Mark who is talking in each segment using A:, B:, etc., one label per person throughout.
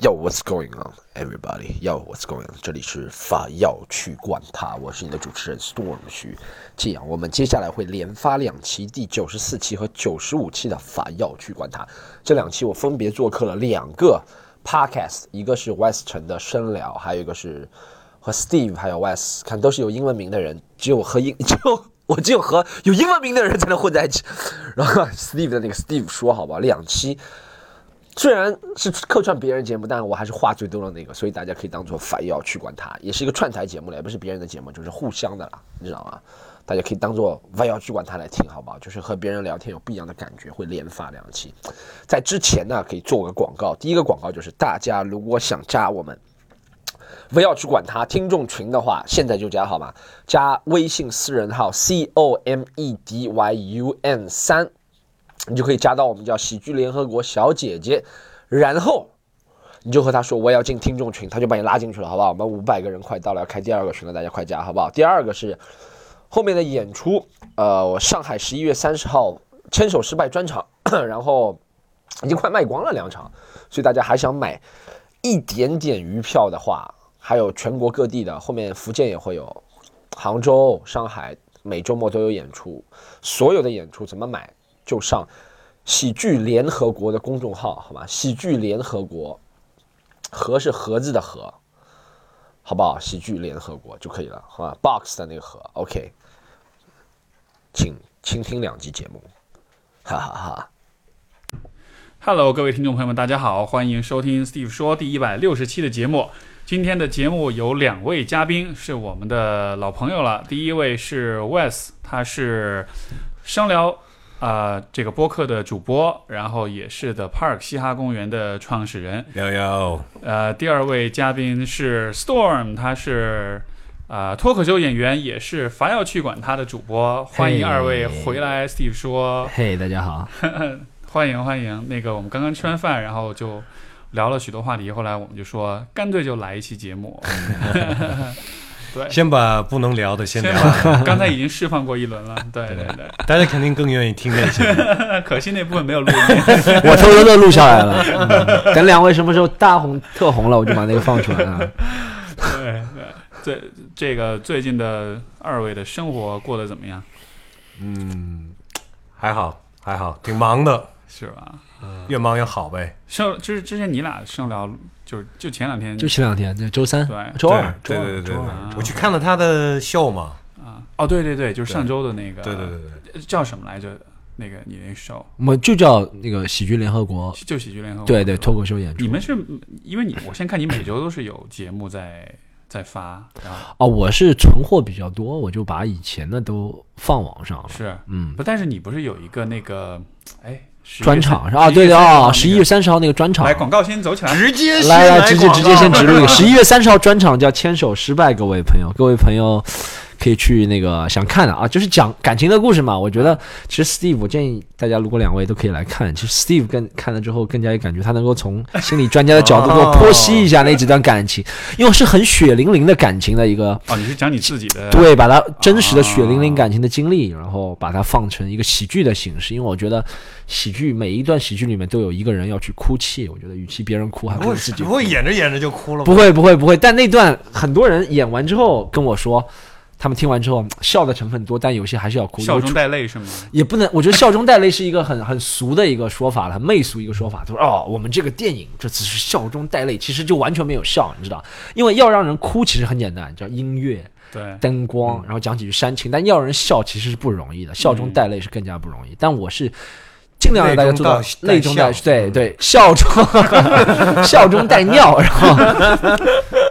A: Yo, what's going on, everybody? Yo, what's going on? 这里是法药去管它，我是你的主持人 Storm 徐这样，我们接下来会连发两期，第九十四期和九十五期的法药去管它。这两期我分别做客了两个 podcast，一个是 West 城的深聊，还有一个是和 Steve 还有 Wes 看都是有英文名的人，只有和英 只有我只有和有英文名的人才能混在一起。然后 Steve 的那个 Steve 说好吧，两期虽然是客串别人节目，但我还是话最多的那个，所以大家可以当做反药去管它，也是一个串台节目了，也不是别人的节目，就是互相的啦，你知道吗？大家可以当做反药去管它来听，好不好？就是和别人聊天有不一样的感觉，会连发两期。在之前呢，可以做个广告，第一个广告就是大家如果想加我们不要去管它。听众群的话，现在就加好吗？加微信私人号 c o m e d y u n 三，你就可以加到我们叫喜剧联合国小姐姐，然后你就和他说我要进听众群，他就把你拉进去了，好不好？我们五百个人快到了，要开第二个群了，大家快加，好不好？第二个是后面的演出，呃，我上海十一月三十号牵手失败专场， 然后已经快卖光了两场，所以大家还想买一点点余票的话，还有全国各地的，后面福建也会有，杭州、上海每周末都有演出，所有的演出怎么买就上喜剧联合国的公众号，好吧？喜剧联合国，和是盒子的盒，好不好？喜剧联合国就可以了，好吧？box 的那个盒，OK，请请听两集节目，哈哈哈
B: Hello，各位听众朋友们，大家好，欢迎收听 Steve 说第一百六十期的节目。今天的节目有两位嘉宾是我们的老朋友了，第一位是 Wes，他是商聊啊、呃这个播客的主播，然后也是 The Park 嘻哈公园的创始人。
C: 有有，
B: 呃，第二位嘉宾是 Storm，他是啊、呃脱口秀演员，也是凡要去管他的主播。欢迎二位回来，Steve 说。
D: 嘿大家好，
B: 欢迎欢迎，那个我们刚刚吃完饭，然后就聊了许多话题，后来我们就说干脆就来一期节 目。对，
C: 先把不能聊的先聊，
B: 把 刚才已经释放过一轮 了，对对对，
C: 大家肯定更愿意听那些。
B: 可惜那部分没有录音。
D: 我偷偷的录下来了、嗯等两位什么时候大红特红了，我就把那个放出来啊。
B: 对对，最这个最近的二位的生活过得怎么样？
C: 嗯，还好还好，挺忙的，
B: 是吧？
C: 越忙越好呗。
B: 上之之前你俩上聊，就是就前两天
D: 就前两天，就周三、
B: 对
D: 周二、周
C: 对
D: 二、
C: 对对对
D: 周
C: 对
D: 二，
B: 二，
C: 我去看了他的秀嘛。
B: 啊，哦对对对，就是上周的那个，
C: 对对对对，哦
B: 对，叫什么来着？那个你那 show
D: 我们就叫那个喜剧联合国，
B: 就喜剧联合国，
D: 对对，脱口秀演
B: 你
D: 出。
B: 们是因为你，我先看你每周都是有节目在在发，然后
D: 哦，我是存货比较多，我就把以前的都放网上了。
B: 是
D: 嗯，
B: 不，但是你不是有一个那个哎11
D: 专场是
B: 月
D: 啊，对的啊，
B: 11
D: 十一
B: 月
D: 月三十号那个专
B: 30
D: 场
B: 来。广告先走起来，
C: 直接先
D: 来来，直接直
C: 广告
D: 接先植入一 个。十一月三十号专场叫《牵手失败》，各位朋友，各位朋友可以去那个想看的啊，就是讲感情的故事嘛。我觉得其实 Steve，我建议大家如果两位都可以来看，其实 Steve 更看了之后更加有感觉，他能够从心理专家的角度给我剖析一下那几段感情，因为是很血淋淋的感情的一个。
B: 哦，你是讲你自己的
D: 对，把它真实的血淋淋感情的经历，然后把它放成一个喜剧的形式，因为我觉得喜剧每一段喜剧里面都有一个人要去哭泣，我觉得与其别人哭，还不
C: 不
D: 如
C: 会
D: 自己
C: 不会演着演着就哭了吧
D: 不？会不会不会，但那段很多人演完之后跟我说，他们听完之后笑的成分多，但有些还是要哭。
B: 笑中
D: 我
B: 带泪是吗？
D: 也不能，我觉得笑中带泪是一个很很俗的一个说法了，很媚俗一个说法，就是哦，我们这个电影这次是笑中带泪，其实就完全没有笑，你知道，因为要让人哭其实很简单，叫音乐、
B: 对，
D: 灯
C: 嗯
D: 光，然后讲几句煽情，但要让人笑其实是不容易的，笑中带泪是更加不容易。但我是尽量让大家做到
C: 泪
D: 泪
C: 中
D: 中
C: 带
D: 带
C: 笑嗯
D: 对对笑中笑中 带尿，然后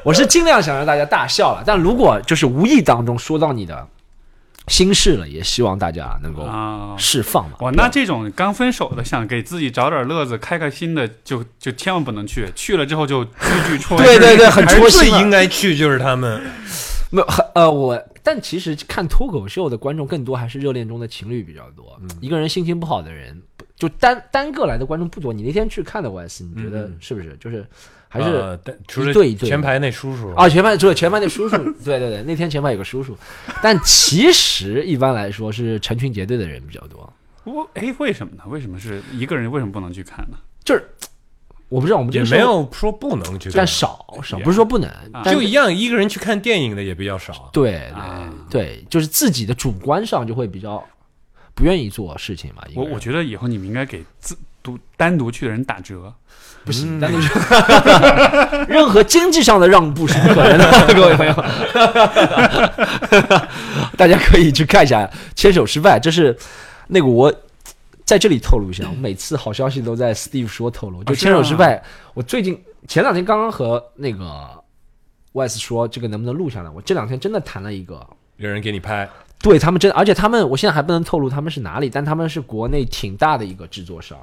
D: 我是尽量想让大家大笑了。但如果就是无意当中说到你的心事了，也希望大家能够
B: 啊。
D: 释放嘛。
B: 哇，那这种刚分手的，想给自己找点乐子、开开心的，就就千万不能去。去了之后就句句戳
D: 对对对，很
C: 还
D: 戳
C: 是最
D: 心啊
C: 应。该去就是他们，
D: 没有很呃，我但其实看脱口秀的观众更多还是热恋中的情侣比较多。
C: 嗯
D: 一个人心情不好的人，不就单单个来的观众不多。你那天去看的 YS，你觉得是不是？就是还是、
C: 嗯呃但除了
D: 一对一对
C: 前排那叔叔
D: 啊，前排对前排那叔叔，对对对，那天前排有个叔叔，但其实一般来说是成群结队的人比较多。
B: 我哎，为什么呢？为什么是一个人？为什么不能去看呢？
D: 就是我不知道我们这
C: 也
D: 个
C: 没
D: 社会，
C: 有说不能去，
D: 但少少不是说不能，但
C: 啊就一样，一个人去看电影的也比较少。
D: 对
B: 啊
D: 对对，就是自己的主观上就会比较不愿意做事情嘛。一个
B: 我
D: 人
B: 我觉得以后你们应该给自独单独去的人打折，
D: 不行，但是 任何经济上的让步是不可能的， 各位朋友，大家可以去看一下《牵手失败》，这是那个我。在这里透露一 下，我每次好消息都在 Steve 说透露，就
B: 啊
D: 《
B: 是
D: 牵手
B: 啊
D: 失败》我最近前两天刚刚和那个 Wes 说这个能不能录下来，我这两天真的谈了一个，
C: 有人给你拍，
D: 对他们真，而且他们，我现在还不能透露他们是哪里，但他们是国内挺大的一个制作商，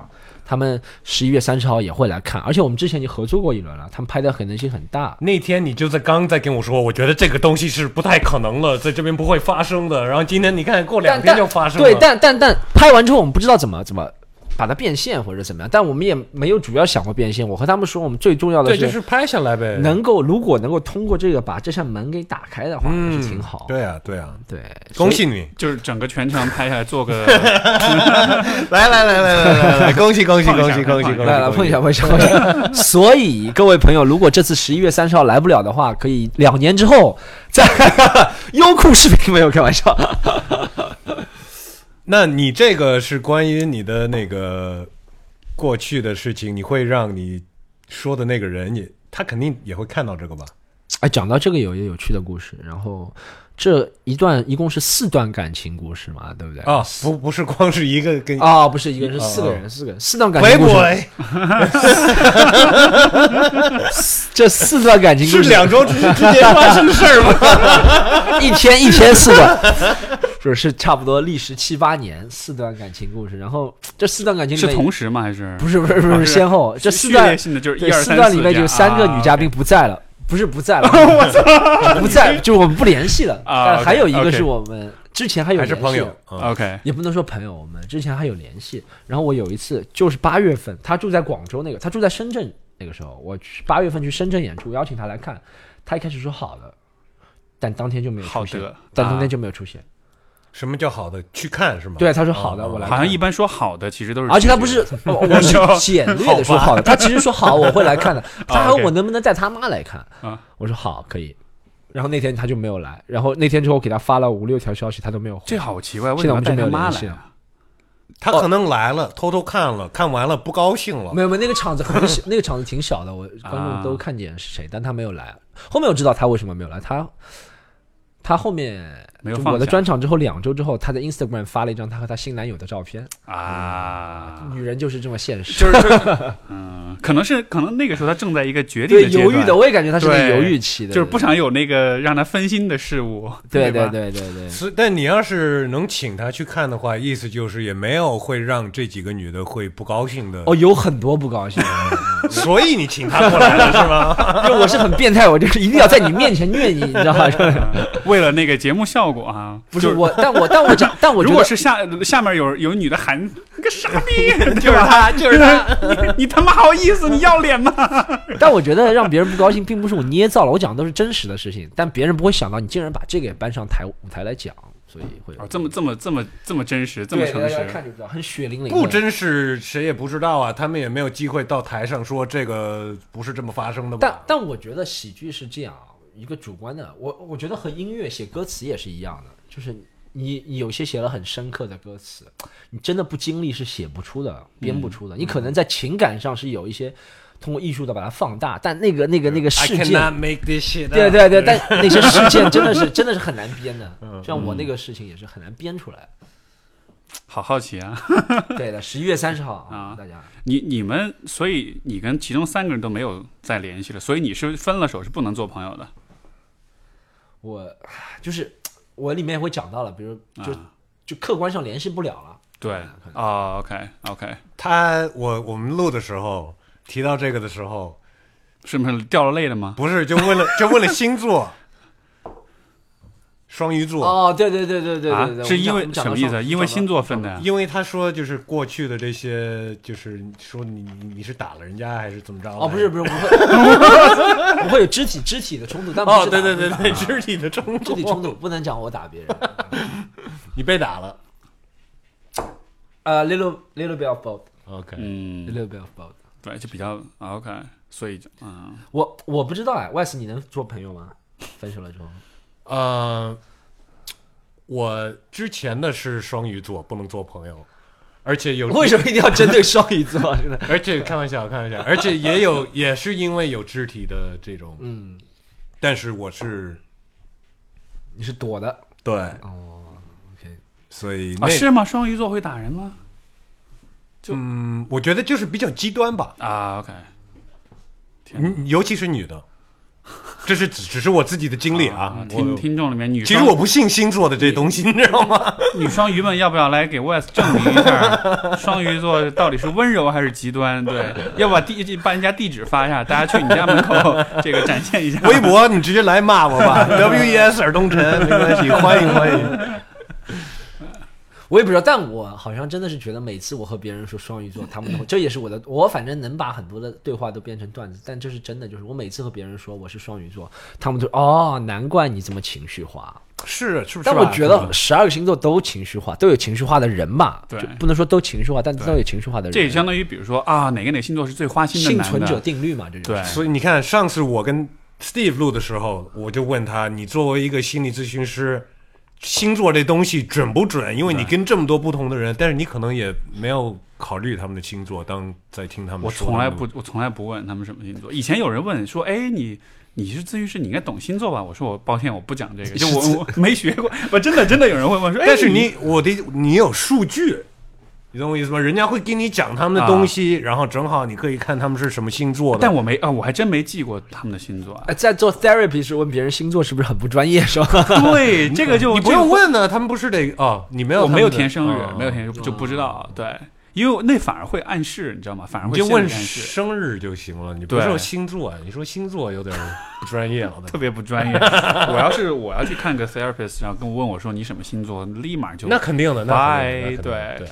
D: 他们十一月三十号也会来看，而且我们之前已经合作过一轮了，他们拍的可能性很大。
C: 那天你就在刚在跟我说，我觉得这个东西是不太可能了，在这边不会发生的。然后今天你看，过两
D: 但
C: 天
D: 但
C: 就发生了。
D: 对，但但但拍完之后，我们不知道怎么怎么把它变现或者怎么样，但我们也没有主要想过变现。我和他们说，我们最重要的
C: 对，就是拍下来呗。
D: 能够如果能够通过这个把这扇门给打开的话，也是挺好。
C: 对啊，对啊，
D: 对，
C: 恭喜你！
B: 就是整个全程拍下来做个
C: 来来来来来来来， 恭喜恭喜
B: 放一下放一
C: 恭喜恭喜
B: 下
C: 恭喜！
D: 来来
C: 恭喜
D: 碰一下，碰一下，碰一下。所以各位朋友，如果这次十一月三十号来不了的话，可以两年之后在 优酷视频没有开玩笑。
C: 那你这个是关于你的那个过去的事情，你会让你说的那个人也，他肯定也会看到这个吧？
D: 哎，讲到这个有一个有趣的故事，然后这一段一共是四段感情故事嘛，对不对？
C: 啊，不不是光是一个跟
D: 啊、不是一个人，是四个人，四个人，四段感
C: 鬼
D: 情故事，
C: 鬼
D: 这四段感情
C: 是
D: 故事
C: 两周之之间发生的事儿吗？
D: 一天一天四段，就是差不多历时七八年四段感情故事，然后这四段感情里
B: 是
D: 面
B: 同时吗？还是
D: 不是不是不是
B: 不是
D: 先后，这
B: 是
D: 四
B: 序
D: 段
B: 列性的就是
D: 对，
B: 一二
D: 四
B: 三
D: 段
B: 四
D: 里面就
B: 这样啊
D: 三个女嘉宾不在了，不是不在 了，我操， 不在，就是我们不联系了。
B: 啊
D: 但还有一个
B: OK，OK
D: 是我们之前还有
C: 还是
D: 联系
C: 朋友
D: 的，
B: 啊
C: 啊？
B: OK
D: 也不能说朋友，我们之前还有联系。然后我有一次就是八月份，他住在广州那个，他住在深圳那个时候，我去八月份去深圳演出，邀请他来看，他一开始说好的，但当天就没有
B: 好
D: 出现
B: 的，
D: 但当
B: 啊
D: 天就没有出现。
C: 什么叫好的？去看是吗？
D: 对，他说好的，
C: 哦
D: 我来看。
B: 好像一般说好的其实都是，
D: 而且他 不是，我我是简略的说好的，他其实说好我会来看 的，他还问我能不能带他妈来看
B: 啊，
D: 我说好可以，然后那天他就没有来，然后那天之后我给他发了五六条消息，他都没有回
B: 这，好奇怪，为
D: 现在
B: 什么
D: 我
B: 要
D: 们就
B: 带
D: 没
B: 他
D: 有
B: 妈
D: 联系
B: 来
D: 了
B: 啊？
C: 他可能来了，偷偷看了，看完了不高兴了。
D: 没有没有，那个场子很小， 那个场子挺小的，我观
B: 啊
D: 众都看见是谁，但他没有来。后面我知道他为什么没有来，他他后面
B: 没有
D: 就
B: 放
D: 我的
B: 下
D: 专场之后两周之后，他在 Instagram 发了一张他和他新男友的照片，
B: 啊，
D: 女人就是这么现实。
B: 就是就是嗯，可能是可能那个时候他正在一个决定
D: 对
B: 阶
D: 犹豫的，
B: 段，
D: 我也感觉他是在
B: 对
D: 犹豫期的，
B: 就是不想有那个让他分心的事物，
D: 对对
B: 对吧
D: 对对对，
C: 是，但你要是能请他去看的话，意思就是也没有会让这几个女的会不高兴的，
D: 哦，有很多不高兴，
C: 所以你请他过来了是吗？
D: 就我是很变态，我就是一定要在你面前虐你，你知道吗？
B: 为了那个节目效果啊，
D: 不是我，但我但我讲，但我觉
B: 如果
D: 得
B: 是下下面有有女的喊你个傻 逼，
C: 就是他，就是他。
B: 你他妈好意思，你要脸吗？
D: 但我觉得让别人不高兴，并不是我捏造了，我讲的都是真实的事情，但别人不会想到你竟然把这个也搬上台舞台来讲，所以会
B: 哦，这么这么这么这么真实，这么
D: 对
B: 诚
D: 大家看
B: 实，
D: 就知道，很血淋淋的，
C: 不真是谁也不知道啊，他们也没有机会到台上说这个不是这么发生的
D: 但
C: 吧？
D: 但我觉得喜剧是这样，啊一个主观的，我我觉得和音乐写歌词也是一样的，就是你你有些写了很深刻的歌词，你真的不经历是写不出
C: 嗯
D: 的，编不出的。你可能在情感上是有一些通过艺术的把它放大，但那个那个那个
C: 嗯 I
D: 事件
C: cannot。make this shit up。
D: 对对对，但那些事件真的是真的是很难编 的，
C: 嗯
D: 像我那个事情也是很难编出来。
B: 好好奇啊！
C: 嗯
D: 对的，十一月三十号
B: 啊
D: 大家
B: 你你们，所以你跟其中三个人都没有再联系了，所以你是分了手是不能做朋友的。
D: 我就是我里面会讲到了，比如就
B: 啊
D: 就客观上联系不了了，
B: 对啊，OK OK，
C: 他我我们录的时候提到这个的时候，
B: 是不是掉了泪了吗？
C: 不是就问了就问了星座，双鱼座，
D: 哦，对对对对对对对，
B: 啊，是因为什么意思啊？因为星
D: 座
B: 座分的呀。
C: 因为他说就是过去的这些，就是说你你你是打了人家还是怎么着来着？
D: 哦，不是不是，不 会不会有肢体肢体的冲突，但不
C: 哦，
D: 是
C: 对
D: 打
C: 对对
D: 不是
C: 对，
D: 打
C: 肢体的冲
D: 肢
C: 突
D: 体，冲突不能讲我打别 人，
C: 你被打了。
D: 呃，little little bit of both，little
C: OK，
B: 嗯，
D: bit of both，
B: 对，就比较啊 OK，所以就嗯，
D: 我我不知道哎，Wes 你能做朋友吗？分手了之后，
C: 呃，我之前的是双鱼座，不能做朋友，而且有
D: 为什么一定要针对双鱼座？ 真的，
C: 而且开玩笑，开玩笑， 而且也有也是因为有肢体的这种，
D: 嗯，
C: 但是我是
D: 你是躲的
C: 对
D: 哦，OK，
C: 所以那、
B: 啊是吗？双鱼座会打人吗？
C: 嗯，我觉得就是比较极端吧，
B: 啊 OK，天
C: 嗯，尤其是女的，这是只只是我自己的经历啊。我
B: 听听众里面女
C: 其实
B: 双
C: 我不信星座的这些东西，你知道 吗？
B: 女双鱼们要不要来给 West 证明一下， 双鱼座到底是温柔还是极端？ 对，要不把地把人家地址发一下，大家去你家门口这个展现一下。
C: 微博你直接来骂我 吧，WES 尔东城没关系，欢迎欢迎。
D: 我也不知道，但我好像真的是觉得每次我和别人说双鱼座，他们都会，这也是我的，我反正能把很多的对话都变成段子，但这是真的，就是我每次和别人说我是双鱼座，他们就哦，难怪你这么情绪化。
C: 是是不是吧？
D: 但我
B: 啊
D: 觉得十二个星座都情绪化，都有情绪化的人嘛，
B: 对
D: 就不能说都情绪化，但都有情绪化的人。
B: 这也相当于，比如说啊，哪个哪个星座是最花心的
D: 幸
B: 男的
D: 存者定律嘛，这就是
B: 对，
C: 所以你看，上次我跟 Steve 录的时候，我就问他，你作为一个心理咨询师，星座这东西准不准？因为你跟这么多不同的人，但是你可能也没有考虑他们的星座，当在听他们
B: 我
C: 说
B: 从
C: 他
B: 来
C: 们
B: 不，我从来不问他们什么星座。以前有人问说，哎，你你是咨询师，你应该懂星座吧？我说我抱歉，我不 讲这个，就我我没学过。我真的真的有人会问说，哎，
C: 但是你我的你有数据，你懂我意思吗？人家会给你讲他们的东西，然后正好你可以看他们是什么星座的。
B: 但我没啊，我还真没记过他们的星 座。啊
D: 呃，在做 therapy 时问别人星座是不是很不专业，是 吧？
B: 对，这个就
C: 你不
B: 这个
C: 用问呢，他们不是得哦，你没有
B: 我
C: 他们的，
B: 没有填生日，
C: 哦
B: 没有填就不知道。对，因为那反而会暗示，你知道吗？反而
C: 你
B: 会
C: 就
B: 心理
C: 问
B: 暗示，
C: 生日就行了，你不
B: 对
C: 说星座啊，你说星座有点不专业了。
B: 特别不专业。我要是我要去看个 therapist，然后跟我问我说你什么星座，立马就
C: 那肯定的，那肯
B: 拜
C: 定的那肯定的
B: 对
C: 对，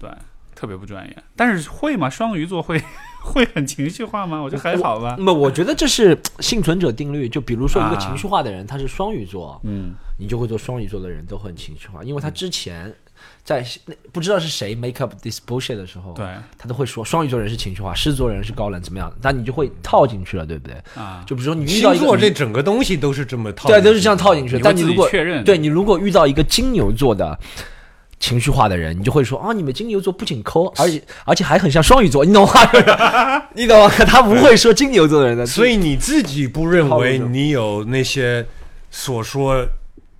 B: 对，特别不专业。但是会吗？双鱼座会 会很情绪化吗？我觉得还好吧。
D: 那么我觉得这是幸存者定律，就比如说一个
B: 啊
D: 情绪化的人，他是双鱼座，
B: 嗯，
D: 你就会做双鱼座的人都很情绪化，因为他
C: 嗯
D: 之前在那不知道是谁 make up this bullshit 的时候，
B: 对
D: 他都会说双鱼座人是情绪化，狮子座人是高冷怎么样的，那你就会套进去了，对不对？
B: 啊，
D: 就比如说你遇到
C: 星
D: 一个
C: 座这整个东西都是这么套进
D: 对
C: 去的，
D: 都是这样套进去
B: 你
D: 的
B: 会，
D: 但你
B: 自
D: 如
B: 己
D: 果
B: 确认
D: 对你如果遇到一个金牛座的。情绪化的人，你就会说啊，你们金牛座不仅抠，而且而且还很像双鱼座，你懂吗？ 你懂吗？可他不会说金牛座的人的，
C: 所以你自己不认
D: 套
C: 为
D: 路
C: 你有那些所说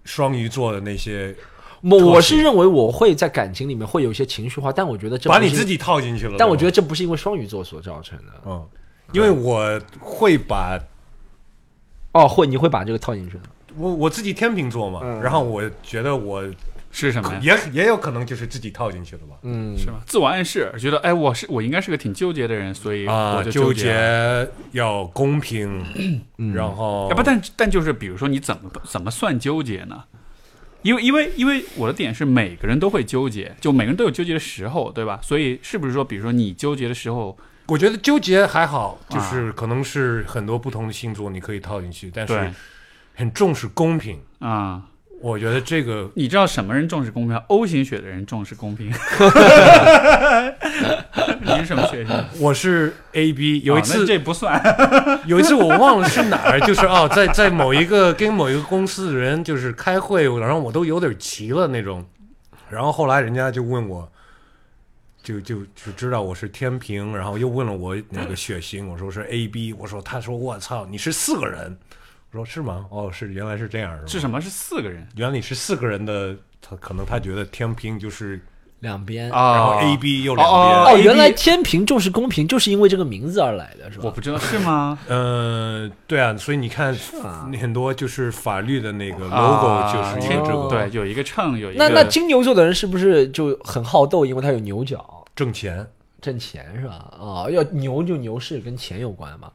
C: 双鱼座的那些，
D: 我
C: 特
D: 我
C: 性
D: 是认为我会在感情里面会有一些情绪化，但我觉得这
C: 把
D: 不是
C: 你自己套进去了。
B: 嗯
D: 但我觉
C: 得，
D: 得这不是因为双鱼座所造成的。
C: 嗯，因为我会把
D: 哦，会你会把这个套进去的。
C: 我我自己天秤座嘛，然后我觉得我
B: 是什么呀？
C: 也也有可能就是自己套进去了吧。
D: 嗯，
B: 是吧？自我暗示，觉得哎，我是我应该是个挺纠结的人，所以
D: 啊
B: 我就
C: 啊纠
B: 结了。嗯啊
C: 结要公平，然后
B: 哎要不，但但就是比如说，你怎么怎么算纠结呢？因为因为因为我的点是每个人都会纠结，就每个人都有纠结的时候，对吧？所以是不是说，比如说你纠结的时候，
C: 我觉得纠结还好，
B: 啊
C: 就是可能是很多不同的星座你可以套进去，但
B: 对
C: 是很重视公平。
B: 啊、
C: 我觉得这个
B: 你知道什么人重视公平吗？O 型血的人重视 公平。你是什么血型？
C: 我是 A B，有一
B: 哦那
C: 次、
B: 这不算
C: 有一次我忘了是哪儿，就是哦，在在某一个跟某一个公司的人就是开会，然后我都有点急了那种，然后后来人家就问我，就就就知道我是天平，然后又问了我那个血型，我说是 A B，我说他说我操你是四个人，我说是吗？哦是原来是这样是吗？
B: 是什么？是四个人
C: 原来你是四个人的，他可能他觉得天平就是，
D: 两边。
B: 啊
C: 然后 A B 又两
B: 哦
C: 边，
D: 哦，
B: A B
D: 原来天平重视公平，就是因为这个名字而来的，是吧？
B: 我不知道是吗？
C: 嗯、对啊，所以你看
D: 啊
C: 很多就是法律的那个 logo
B: 啊
C: 就是
B: 天
C: 因
D: 秤
C: 为这
D: 哦
C: 个
B: 对，有一个秤，有一
D: 那
B: 个
D: 那金牛座的人是不是就很好斗？因为他有牛角
C: 挣钱。
D: 挣钱是吧？哦，要牛就牛市跟钱有关嘛，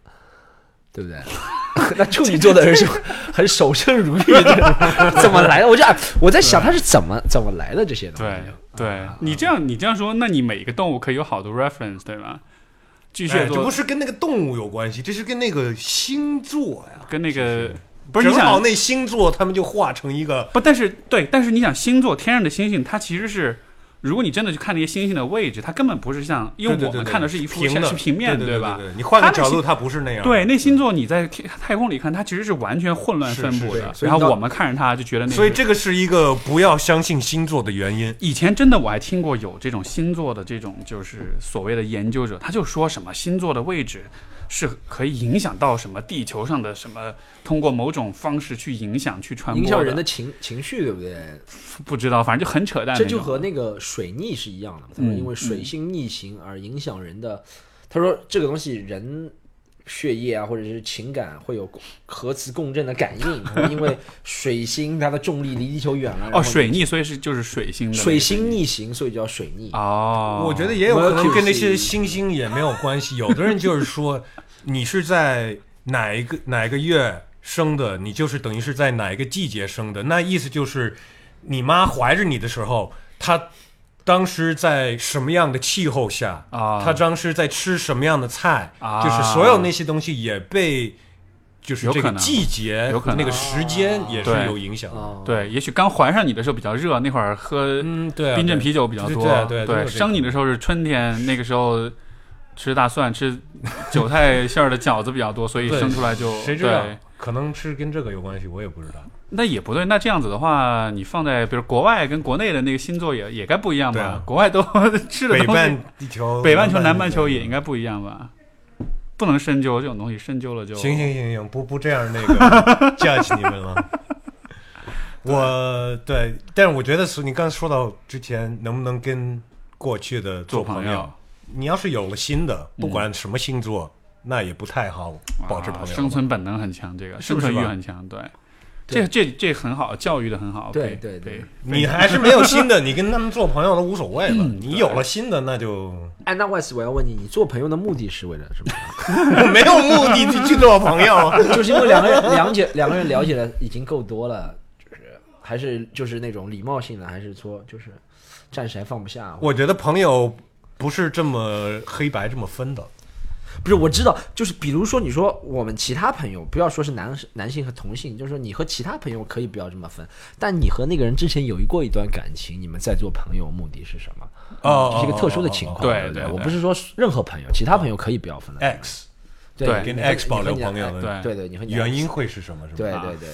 D: 对不对？ 那处女座的人是很守身如玉的， 怎么来的？我就哎我在想他是怎么怎么来的这些东
B: 对
D: 西。
B: 对，
C: 啊
B: 你这样你这样说，那你每一个动物可以有好多 reference，对吧？巨蟹
C: 哎这
B: 座
C: 不是跟那个动物有关系，这是跟那个星座呀。
B: 跟那个不是你
C: 正好
B: 想
C: 那星座他们就画成一个
B: 不，但是对，但是你想星座天上的星星，它其实是如果你真的去看那些星星的位置，它根本不是像，因为
C: 对对
B: 我
C: 对
B: 们
C: 对
B: 看的是一幅
C: 平
B: 像
C: 的
B: 是平面，
C: 对
B: 吧？
C: 对对对你换个
B: 它那
C: 角度，
B: 星
C: 它不是那样。
B: 对，那星座你在天太空里看，它其实是完全混乱分布
C: 是是
B: 的。
A: 所以
B: 然后
A: 到
B: 我们看着它就觉得那个，
C: 所以这个是一个不要相信星座的原因。
B: 以前真的我还听过有这种星座的这种就是所谓的研究者，他就说什么星座的位置是可以影响到什么地球上的什么，通过某种方式去影响去传播
D: 影响人
B: 的
D: 的情情绪，对不对？
B: 不知道，反正就很扯淡
D: 这
B: 种。
D: 就和那个水逆是一样的嘛，他说
B: 嗯
D: 因为水星逆行而影响人的。他说这个东西人血液啊，或者是情感会有核磁共振的感应，他说因为水星它的重力离地球远了，然后
B: 哦水逆，所以是就是水星的那
D: 水
B: 个
D: 星逆行，所以叫水逆。
B: 哦，
C: 我觉得也有可能
D: Mercury
C: 跟那些星星也没有关系。有的人就是说，你是在哪一个哪一个月生的，你就是等于是在哪一个季节生的。那意思就是，你妈怀着你的时候，她当时在什么样的气候下
B: 啊
C: 她当时在吃什么样的菜，
B: 啊
C: 就是所有那些东西也被。就是
B: 有
C: 这个
B: 可能
C: 季节，
B: 有可能
C: 那个时间也是
B: 对
C: 有影响的。
D: 哦，
B: 对，也许刚怀上你的时候比较热，那会儿喝
C: 嗯，对啊，
B: 冰镇
C: 对啊
B: 啤酒比较多，
C: 对对对都有这
B: 生你的时候是春天，那个时候吃大蒜、吃韭菜馅儿的饺子比较多，所以
C: 对
B: 生出来就
C: 谁知道
B: 对？
C: 可能是跟这个有关系，我也不知道。
B: 那也不对，那这样子的话，你放在比如国外跟国内的那个星座也也该不一样吧？
C: 对啊
B: 国外都 吃的
C: 北
B: 东西
C: 半，地球、
B: 北半球、南半球也应
C: 该。
B: 该不一样吧？不能深究这种东西，深究了就
C: 行行行行，不不这样那个 judge 你们了。我对，但是我觉得是你刚才说到之前能不能跟过去的
B: 做
C: 朋
B: 朋友，嗯
C: 你要是有了新的，不管什么星座，那也不太好保持
B: 啊
C: 朋友。
B: 生存本能很强，这个
C: 是
B: 生
C: 不是
B: 存欲
C: 吧
B: 很强，对。这这这很好，教育的很好。
D: 对对
B: 对
D: 对
C: 你还是没有新的，你跟他们做朋友都无所谓 了。
B: 嗯
C: 你有了新的，那就
D: 安娜 West，我要问你，你做朋友的目的是为了什么？
C: 没有目的地去做朋友。
D: 就是因为两个人了解两个人了解的已经够多了，就是还是就是那种礼貌性的，还是说就是暂时还放不下？
C: 我觉得朋友不是这么黑白这么分的。
D: 不是我知道，就是比如说你说我们其他朋友，不要说是男男性和同性，就是说你和其他朋友可以不要这么分，但你和那个人之前有过一段感情，你们在做朋友目的是什么？
C: 哦
D: 这是一个特殊的情况，
B: 哦哦哦
D: 不
B: 对对
D: 我
B: 对
D: 不是说任何朋友，其他朋友可以不要分的。
C: X
B: 对
D: 你
C: 跟
D: 和
C: X
D: 你
C: 保
D: 和
C: 留
D: 你的
C: 朋友的
B: 对
D: 对对，你和你的
C: 原因会是什么？是吧？
D: 对
B: 啊
D: 对对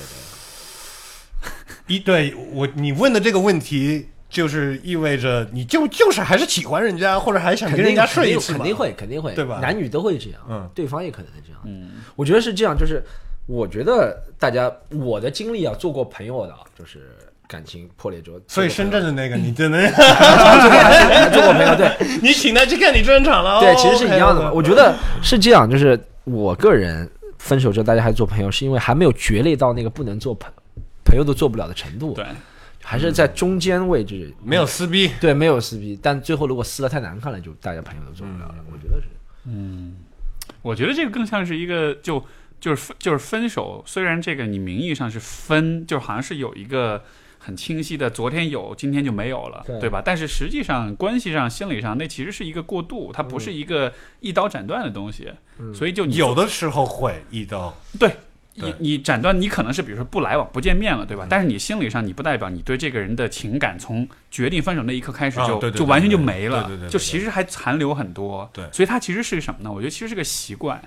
D: 对。
C: 一对我你问的这个问题，就是意味着你就就是还是喜欢人家，或者还想
D: 肯
C: 跟
D: 定
C: 人家睡一次
D: 肯定
C: 嘛
D: 肯定会，肯定会，
C: 对吧
D: 男女都会这样，
C: 嗯
D: 对方也可能是这样。
B: 嗯
D: 我觉得是这样，就是我觉得大家我的经历啊，做过朋友的啊，就是感情破裂之后，
C: 所以
D: 做
C: 深
D: 过朋
C: 圳的那个，你真的，
D: 友 做过朋友，对
C: 你请他去看你专场了。
D: 对，
C: 哦
D: 其实是一样的嘛。
C: OK，OK
D: 我觉得是这样，就是我个人分手之后，大家还做朋友，是因为还没有决裂到那个不能做朋朋友都做不了的程度，
B: 对，
D: 还是在中间位置，
C: 没有撕逼，
D: 对，没有撕逼，但最后如果撕的太难看了，就大家朋友都做不了了。
B: 嗯
D: 我觉得是。
B: 我觉得这个更像是一个就就是分就是分手，虽然这个你名义上是分，就好像是有一个很清晰的，昨天有，今天就没有了，
D: 对
B: 吧？但是实际上关系上、心理上，那其实是一个过渡，它
C: 嗯
B: 不是一个一刀斩断的东西，所以就你
C: 有的时候会一刀。
B: 对。
C: 对嗯
B: 你你斩断，你可能是比如说不来往、不见面了，对吧？但是你心理上，你不代表你对这个人的情感从决定分手那一刻开始
C: 啊
B: 就、
C: 对对对
B: 就完全就没了，
C: 对对对对对
B: 就其实还残留很多。
C: 对
B: 所以它其实是个什么呢？我觉得其实是个习惯。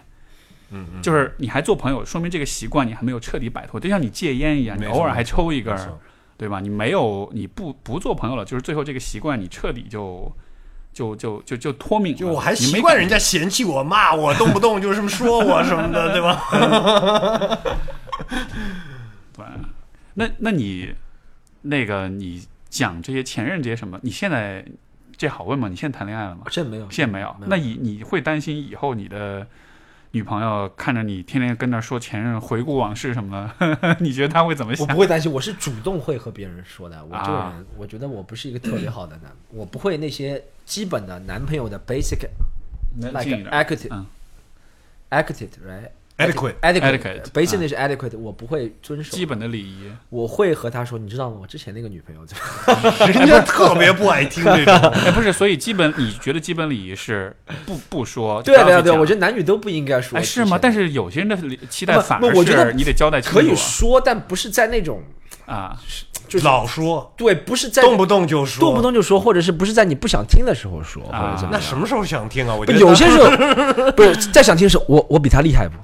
C: 嗯嗯，
B: 就是你还做朋友，说明这个习惯你还没有彻底摆脱，就像你戒烟一样，你
C: 没错
B: 偶尔还抽一根
C: 没
B: 儿
C: 错，
B: 对吧？你没有，你不不做朋友了，就是最后这个习惯你彻底就就就就就脱敏了。
C: 就我还
B: 你没
C: 习惯
B: 感
C: 人家嫌弃我、骂我，动不动就什么说我什么 的，对吧？
B: 对，那那你那个你讲这些前任这些什么，你现在这好问吗？你现在谈恋爱了吗？
D: 这没有，
B: 现在没有。
D: 没有
B: 那你你会担心以后你的女朋友看着你天天跟那儿说前任回顾往事什么的， 你觉得她会怎 么
D: 我
B: 想
D: 不？会担心，我是主动会和别人说的。我这个人，
B: 啊
D: 我觉得我不是一个特别好的男，我不会那些基本的男朋友的 basic
B: 能
D: like
B: 近一点
D: adequate、
B: 嗯
D: adequate right
C: Adequate
D: adequate
B: Adequate，嗯
D: basic 那是 adequate，、我不会遵守
B: 基。本的礼仪。
D: 我会和他说，你知道吗？我之前那个女朋友怎么样？
C: 人家特别不爱听这种。
B: 哎，不是，所以基本你觉得基本礼仪是不不说？就
D: 对啊
B: 不
D: 对
B: 要去
D: 对，
B: 讲
D: 我觉得男女都不应该说。
B: 哎是吗？但是有些人的期待
D: 不
B: 反
D: 不
B: 而
D: 我觉得
B: 是你得交代清
D: 可
B: 楚啊。
D: 以说，但不是在那种
B: 啊，
D: 就是
C: 老说，
D: 对，不是在
C: 动不动就说，
D: 动不动就说，或者是不是在你不想听的时候说，或
B: 啊
D: 者怎么
C: 那
D: 样。
C: 什么时候想听啊？我
D: 不
C: 觉得
D: 有些时候不是在想听的时候，我我比他厉害 不？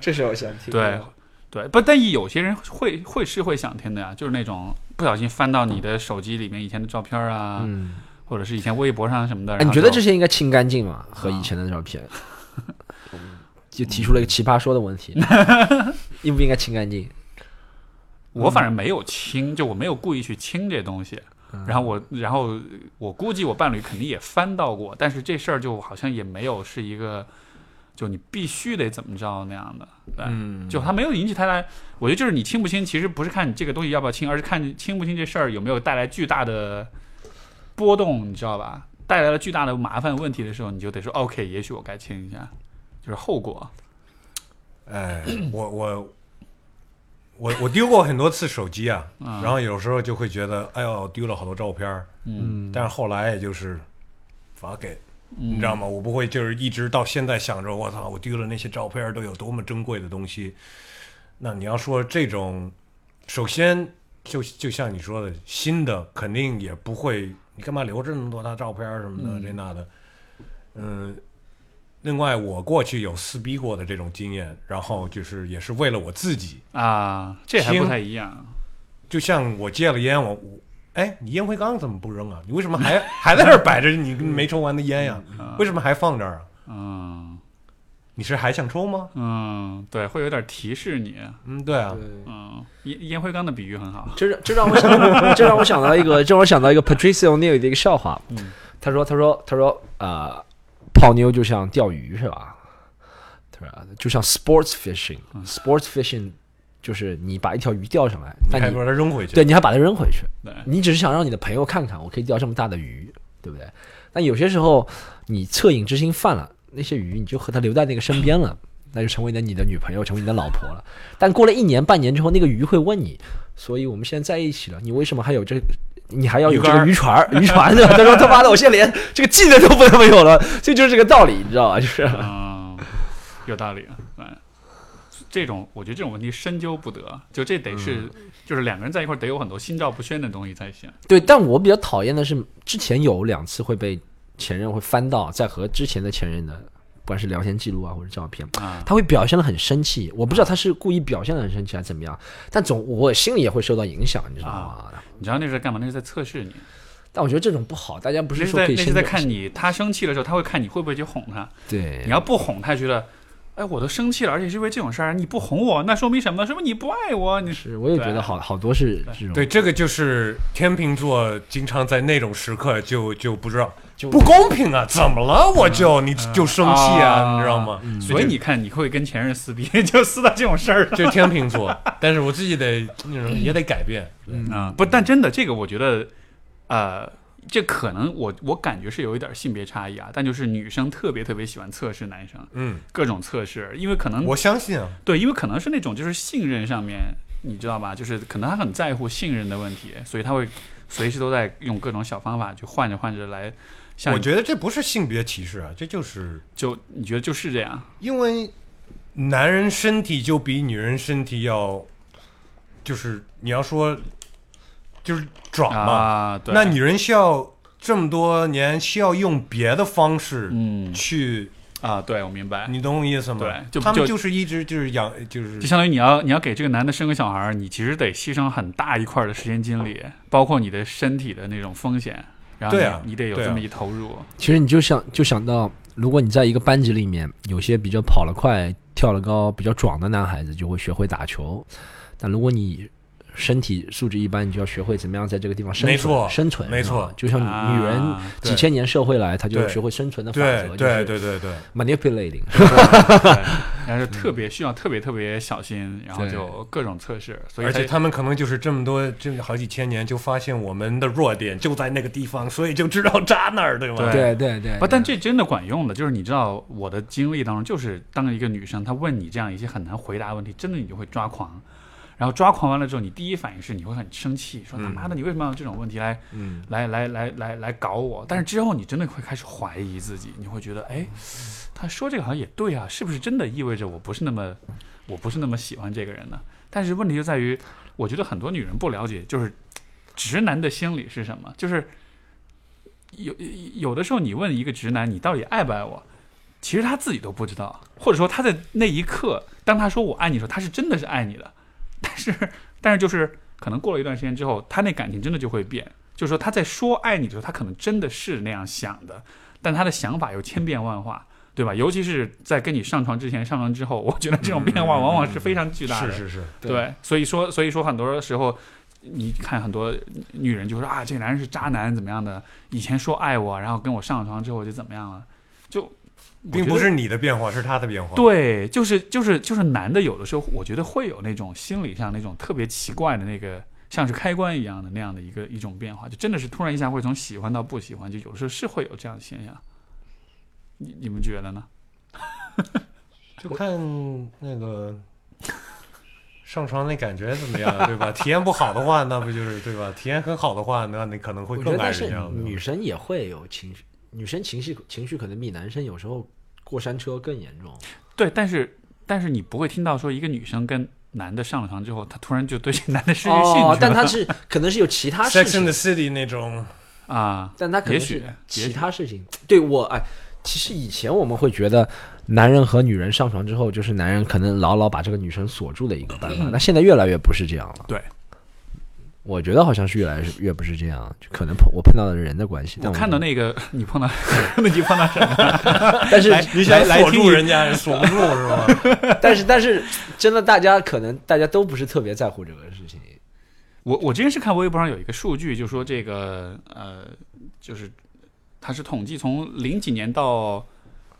D: 这时候想听哎
B: 对，对，不，但有些人会会是会想听的呀，就是那种不小心翻到你的手机里面以前的照片啊，
D: 嗯，
B: 或者是以前微博上什么的。
D: 哎，
B: 然
D: 你
B: 后
D: 觉得这
B: 就
D: 些应该清干净吗？和
C: 啊
D: 以前的照片，就提出了一个奇葩说的问 题，应不应该清干净？
B: 我反正没有清，就我没有故意去清这东西。然后我，然后我估计我伴侣肯定也翻到过，但是这事儿就好像也没有是一个，就你必须得怎么着那样的，对，
C: 嗯
B: 就它没有引起太大。我觉得就是你清不清，其实不是看你这个东西要不要清，而是看清不清这事儿有没有带来巨大的波动，你知道吧？带来了巨大的麻烦问题的时候，你就得说 OK，也许我该清一下，就是后果。
C: 哎，我我我我丢过很多次手机啊，然后有时候就会觉得，哎呦，丢了好多照片儿。
B: 嗯，
C: 但是后来也就是 fuck it，
B: 嗯
C: 你知道吗？我不会就是一直到现在想着，我操，我丢了那些照片儿都有多么珍贵的东西。那你要说这种，首先就就像你说的，新的肯定也不会，你干嘛留着那么多大照片儿什么的、这那的，嗯。另外，我过去有撕逼过的这种经验，然后就是也是为了我自己，
B: 啊，这还不
C: 清
B: 太一样。
C: 就像我戒了烟，我我哎，你烟灰缸怎么不扔啊？你为什么还 还在那儿摆着你没抽完的烟呀、为什么还放这儿啊？
B: 嗯
C: 你是还想抽吗？
B: 嗯，对，会有点提示你。
C: 嗯，对啊，
B: 嗯，烟烟灰缸的比喻很好。
D: 这让这让我想，这让我想到 一个，这让我想到一个 Patricia O'Neill 的一个笑话。
B: 嗯
D: 他说，他说，他说，呃，泡妞就像钓鱼是吧？对吧？就像 sports fishing，sports fishing 就是你把一条鱼钓上来，但
C: 还
D: 你
C: 把它扔回去。
D: 对你还把它扔回去，
B: 对，
C: 哎
D: 你只是想让你的朋友看看我可以钓这么大的鱼，对不对？但有些时候你恻隐之心犯了，那些鱼你就和它留在那个身边了，那就成为了你的女朋友，成为你的老婆了。但过了一年半年之后，那个鱼会问你，所以我们现在在一起了，你为什么还有这？你还要有这
C: 鱼竿
D: 个
C: 儿
D: 渔船儿，渔船呢？他说他妈的，我现在连这个技能都不能没有了，这就是这个道理，你知道吧？就是
B: 嗯，有道理。对，这种我觉得这种问题深究不得，就这得是、就是两个人在一块儿得有很多心照不宣的东西才行。
D: 对。但我比较讨厌的是，之前有两次会被前任会翻到，在和之前的前任的，不管是聊天记录啊或者照片，
B: 啊，
D: 他会表现的很生气，我不知道他是故意表现的很生气还是怎么样，但总我心里也会受到影响，你知道吗？
B: 你知道那是在干嘛？那是在测试你，
D: 但我觉得这种不好，大家不
B: 那
D: 是
B: 是
D: 说
B: 在
D: 可
B: 那
D: 以
B: 是
D: 先
B: 在看你，他生气的时候，他会看你会不会去哄他。
D: 对
B: 你要不哄他，觉得，哎，我都生气了，而且是因为这种事儿，啊你不哄我，那说明什么？说明你不爱我。你
D: 是，我也觉
B: 对
D: 得好好多是这种
C: 对，这个就是天秤座经常在那种时刻就就不知道
D: 就
C: 不公平啊，怎么了？我就你就生气啊，
B: 啊
C: 你知道吗？
B: 所以你看，你会跟前任撕逼， 就撕到这种事儿上。
C: 这天秤座，但是我自己得那种也得改变。
B: 啊，不，但真的这个，我觉得，呃，这可能我我感觉是有一点性别差异啊，但就是女生特别特别喜欢测试男生，
C: 嗯，
B: 各种测试，因为可能
C: 我相信啊，
B: 对，因为可能是那种就是信任上面，你知道吧？就是可能他很在乎信任的问题，所以他会随时都在用各种小方法去换着换着来。像
C: 我
B: 你
C: 觉得这不是性别歧视啊，这就是
B: 就你觉得就是这样，
C: 因为男人身体就比女人身体要，就是你要说就是壮嘛，
B: 啊，对，
C: 那女人需要这么多年需要用别的方式
B: 嗯
C: 去，
B: 啊，对我明白，
C: 你懂我意思吗？
B: 对就
C: 他们
B: 就
C: 就是一直就是养就是
B: 就相当于你要你要给这个男的生个小孩儿，你其实得牺牲很大一块儿的时间精力，包括你的身体的那种风险，然后你,、
C: 嗯对啊
B: 你得有
C: 对啊
B: 这么一投入。
D: 其实你就想就想到，如果你在一个班级里面，有些比较跑得快、跳得高、比较壮的男孩子就会学会打球，但如果你身体素质一般，你就要学会怎么样在这个地方生存，
C: 没错
D: 生存，
C: 没错
D: 啊就像
B: 啊
D: 女人
C: 对
D: 几千年社会来，她就
C: 对
D: 学会生存的法
C: 对
D: 则，
C: 对
D: 就是
C: 对对对，
D: manipulating。
B: 对然后就
C: 嗯
B: 特别需要特别特别小心，然后就各种测试，所以
C: 而且
B: 他
C: 他们可能就是这么多这好几千年就发现我们的弱点就在那个地方，所以就知道扎那儿，对吗？
D: 对
B: 对
D: 对对，
B: 不，但这真的管用的，就是你知道我的经历当中，就是当一个女生她问你这样一些很难回答的问题，真的你就会抓狂。然后抓狂完了之后，你第一反应是你会很生气，说他妈的你为什么要用这种问题来
C: 嗯，
B: 来来来来来搞我。但是之后你真的会开始怀疑自己，你会觉得，哎，他说这个好像也对啊，是不是真的意味着我不是那么我不是那么喜欢这个人的。但是问题就在于，我觉得很多女人不了解，就是直男的心理是什么，就是有有的时候你问一个直男，你到底爱不爱我？其实他自己都不知道，或者说他在那一刻，当他说我爱你的时候，他是真的是爱你的，但是但是就是可能过了一段时间之后，他那感情真的就会变，就是说他在说爱你的时候，他可能真的是那样想的，但他的想法又千变万化，对吧？尤其是在跟你上床之前、上床之后，我觉得这种变化往往是非常巨大的。
C: 是是是，
B: 对，所以说，所以说很多时候，你看很多女人就说啊，这男人是渣男怎么样的，以前说爱我，然后跟我上了床之后就怎么样了，就我
C: 并
B: 觉
C: 不
B: 得
C: 是你的变化，是他的变化。，
B: 对，就是就是就是男的，有的时候我觉得会有那种心理上那种特别奇怪的那个，像是开关一样的那样的一个一种变化，就真的是突然一下会从喜欢到不喜欢，就有的时候是会有这样的现象。你你们觉得呢？
C: 就看 那个上床那感觉怎么样，对吧？体验不好的话，那不就是对吧？体验很好的话，那你可能会
D: 我觉
C: 更
D: 得
C: 爱
D: 但是
C: 人家了。对
D: 女
C: 吧
D: 生也会有情绪，女生情绪情绪可能比男生有时候过山车更严重。
B: 对，但是但是你不会听到说一个女生跟男的上了床之后，她突然就对这男的失去兴趣了、
D: 哦，但他是 可能是有其他事
C: Sex in
D: 情
C: the，City 那种，
B: 啊，
D: 但他可
B: 也
D: 能
B: 许
D: 是
B: 也
D: 其
B: 许
D: 他事情。对我哎，其实以前我们会觉得男人和女人上床之后，就是男人可能牢牢把这个女生锁住的一个办法。那现在越来越不是这样了。
B: 嗯对，
D: 我觉得好像是越来越不是这样，就可能碰我碰到的人的关系。但
B: 我
D: 我
B: 看到
D: 觉
B: 那个你 碰到，那你碰到什么？
D: 得，但是
B: 来
C: 你想
B: 来来
C: 锁
B: 听
C: 住
B: 一
C: 人家，锁 不住是吧？
D: 但是但是，真的大家可能大家都不是特别在乎这个事情。
B: 我我之前是看微博上有一个数据，就说这个呃，就是它是统计从零几年到，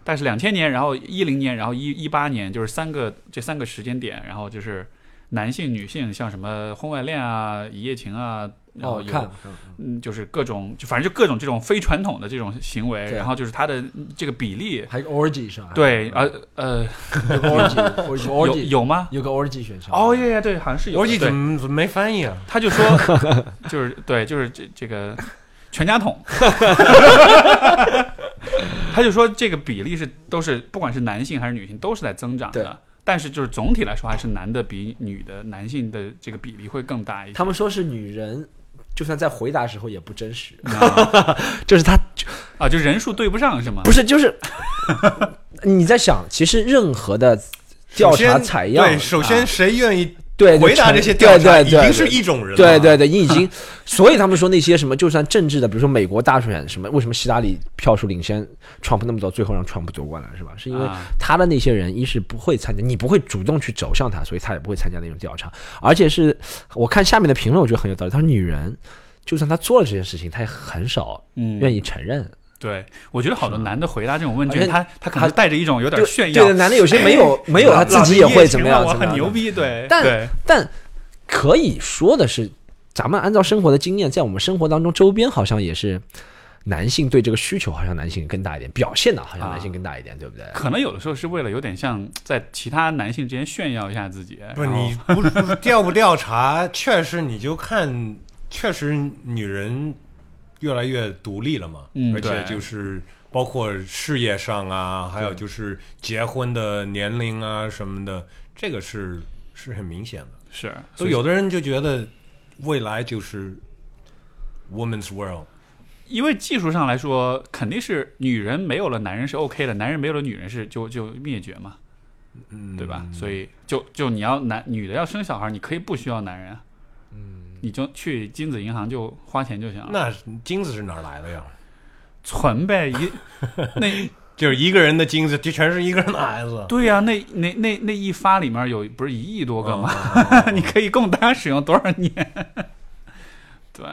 B: 但是两千年，然后一零年，然后一一八年，就是三个这三个时间点，然后就是男性、女性，像什么婚外恋啊、一夜情啊，然后
D: 哦，
B: 有、
D: 看
B: 嗯，就是各种，就反正就各种这种非传统的这种行为，
D: 对啊
B: 然后就是它的这个比例，
D: 还有个 orgy 是吧？
B: 对，呃呃，
D: 有个 orgy，
B: 有
D: orgy 啊
B: 有吗？
D: 有个 orgy 选项。
B: 哦，耶耶，对，好像是有
C: 我
B: 的。
C: 一
B: 对
C: 怎么怎么没翻译啊？
B: 他就说， 就是对，就是这这个全家桶，他就说这个比例是都是不管是男性还是女性都是在增长
D: 对
B: 的，但是就是总体来说还是男的比女的男性的这个比例会更大一些。
D: 他们说是女人，就算在回答时候也不真 实，
B: 啊
D: 就是她
B: 啊，就人数对不上是吗？
D: 不是就是 你在想，其实任何的调查
C: 先
D: 采样啊
C: 对，，首先谁愿意
D: 对
C: 回答
D: 成
C: 这些调查，
D: 对
C: 已
D: 对
C: 经
D: 对
C: 是
D: 对。
C: 一种人了。
D: 对对对，你已经，所以他们说那些什么，就算政治的，比如说美国大选什么，为什么希拉里票数领先川普那么多，最后让川普夺冠了，是吧？是因为
B: 啊
D: 他的那些人，一是不会参加，你不会主动去走向他，所以他也不会参加那种调查。而且是我看下面的评论，我觉得很有道理。他说女人，就算她做了这件事情，她也很少
B: 嗯，
D: 愿意承认。
B: 对，我觉得好多男的回答这种问
D: 而
B: 卷，
D: 且
B: 他他可能带着一种有点
D: 对
B: 炫
D: 对
B: 耀哎
D: 的，，男的有些没有、没有，
B: 老
D: 他自己
B: 子
D: 也
B: 一
D: 会
B: 夜
D: 怎
B: 情
D: 么
B: 了
D: 样
B: 我
D: 怎么
B: 很
D: 样
B: 牛。逼，对，
D: 但
B: 对
D: 但可以说的是，咱们按照生活的经验，在我们生活当中周边好像也是。男性对这个需求好像男性更大一点，表现的好像
B: 啊
D: 男性更大一点，对不对？
B: 可能有的时候是为了有点像在其他男性之间炫耀一下自己。哦
C: 不是
B: 然后
C: 你不是不是调不调查，确实你就看，确实女人越来越独立了嘛，
B: 嗯
C: 而且
B: 对
C: 就是包括事业上啊，还有就是结婚的年龄啊什么的，这个是是很明显的。
B: 是
C: 所以有的人就觉得未来就是 woman's world，
B: 因为技术上来说，肯定是女人没有了男人是 OK 的，男人没有了女人是就就灭绝嘛，
C: 嗯，
B: 对吧？所以就就你要男女的要生小孩，你可以不需要男人，嗯，你就去精子银行就花钱就行了，
C: 那精子是哪儿来的呀？
B: 存呗 一那
C: 就是一个人的精子，这全是一个人的孩子。
B: 对呀、那那那那一发里面有不是一亿多个吗？
C: 哦
B: 你
C: 嗯
B: 可以供大家使用多少年？对，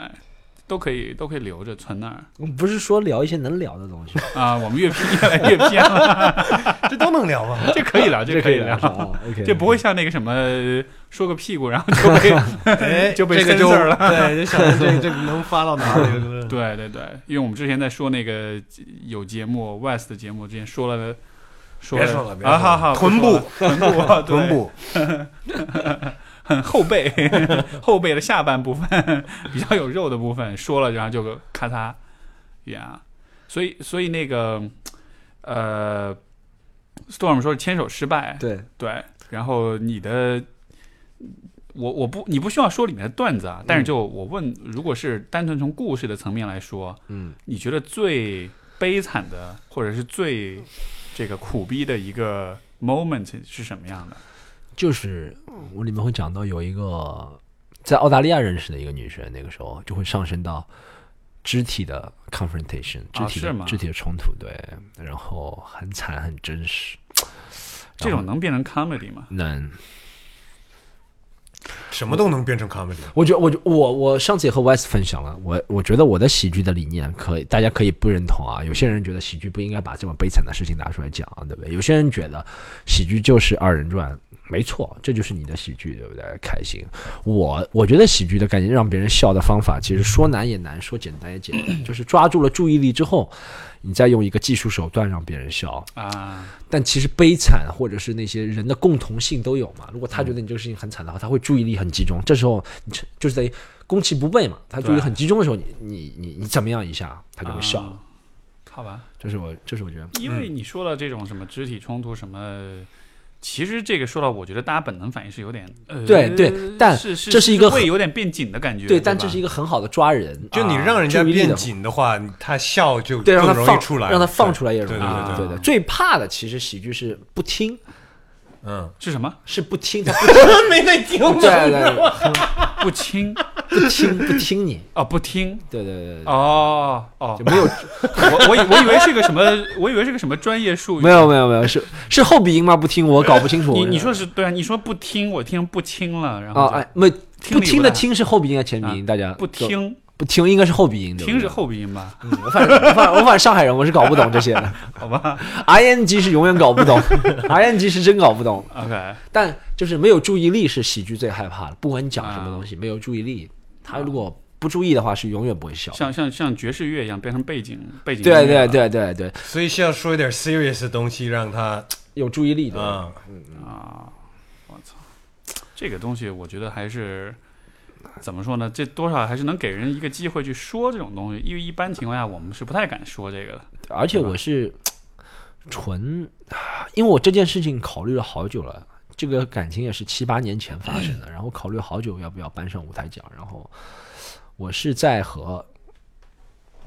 B: 都可以都可以留着存那儿
D: 我们不是说聊一些能聊的 东西吗，
B: 啊。我们越偏越来越偏了，
C: 这都能聊吗？
B: 这可以聊，这可以聊。
D: 啊，OK，
B: 这不会像那个什么说个屁股，然后就 被
C: 哎，
B: 就被
C: 这个
B: censor
C: 就
B: 了
C: 对，就想着这这能发到哪里？
B: 对对对，因为我们之前在说那个有节目 West 的节目之前说了，说
C: 别说了别说
B: 啊，
C: 了
B: 好好
C: 臀部
B: 臀 部啊
C: 臀部，
B: 部 后背后背的下半部分 比较有肉的部分说了，然后就咔嚓呀，所以所以那个呃， Storm 说牵手失败，
D: 对，
B: 对，然后你的，我我不你不需要说里面的段子啊，但是就我问，如果是单纯从故事的层面来说，
D: 嗯，
B: 你觉得最悲惨的，或者是最这个苦逼的一个 moment 是什么样的？
D: 就是我里面会讲到有一个在澳大利亚认识的一个女生，那个时候就会上升到肢体的 confrontation，肢
B: 啊
D: 体
B: 是
D: 的、
B: 吗
D: 肢体的冲突，对，然后很惨很真实，
B: 这种能变成 comedy 吗？
D: 能
C: 什么都能变成 comedy。
D: 我觉得，我觉我我上次也和 West 分享了，我我觉得我的喜剧的理念可以，大家可以不认同啊。有些人觉得喜剧不应该把这么悲惨的事情拿出来讲，对不对？有些人觉得喜剧就是二人转，没错，这就是你的喜剧，对不对？开心。我我觉得喜剧的概念，让别人笑的方法，其实说难也难，说简单也简单，就是抓住了注意力之后，你再用一个技术手段让别人笑，
B: 啊，
D: 但其实悲惨或者是那些人的共同性都有嘛。如果他觉得你这个事情很惨的话，他会注意力很集中，这时候你这就是等于攻其不备嘛。他注意力很集中的
C: 嗯
D: 时候，你你你你怎么样一下，他就会笑了。嗯
B: 啊好吧，
D: 这是我，这是我觉得，
B: 因为你说到这种什么肢体冲突什么，其实这个说到，我觉得大家本能反应是有点，呃，
D: 对对但
B: 是是
D: 这是一个
B: 胃有点变紧的感觉，
D: 对，
B: 对，
D: 但这是一
B: 个。
D: 个很好的抓人，
C: 就你让人家
D: 啊注意力的
C: 变紧的话，你他笑就
D: 对，让他
C: 更容易
D: 放
C: 出来，
D: 让他放出来也容易。
C: 对对
B: 对
D: 对
B: 对
D: 的，最怕的其实喜剧是不听，
C: 嗯，
B: 是什么？
D: 是不听，他不
C: 没那听
D: 听，对对对，
B: 不 清
D: 不听不听你，
B: 哦，不听
D: 对对对对，
B: 哦哦
D: 就，没 有
B: 我我以我以为是个什么，我以为是个什么专业术语。
D: 没有没有没有，是是后鼻音吗？不听，我搞不清楚。
B: 你
D: 我
B: 你说是对啊？你说不听，我听不清了，然后
D: 啊
B: 就
D: 哎，没
B: 听
D: 不
B: 力
D: 听
B: 不
D: 的
B: 太好
D: 听是后鼻音还是前鼻音？大家
B: 啊不
D: 就
B: 听，
D: 不听应该是后鼻音，对不
B: 听是
D: 对
B: 后鼻音吧？
D: 嗯 我反正我反我反正上海人，我是搞不懂这些 的。
B: 好吧
D: I N G 是永远搞不懂 ，I N G 是真搞不懂。
B: ，OK，
D: 但就是没有注意力是喜剧最害怕的，不管你讲什么东
B: 啊
D: 西，没有注意力，他如果不注意的话，是永远不会笑。
B: 像像像爵士乐一样变成背景背景音乐
D: 对对
B: 了。
D: 对对对，
C: 所以是要说一点 serious 的东西，让他
D: 有注意力的。
C: 啊，
B: 啊，我操，这个东西我觉得还是怎么说呢？这多少还是能给人一个机会去说这种东西，因为一般情况下我们是不太敢说这个的。
D: 而且我是纯，因为我这件事情考虑了好久了，这个感情也是七八年前发生的，然后考虑好久要不要搬上舞台讲，然后我是在和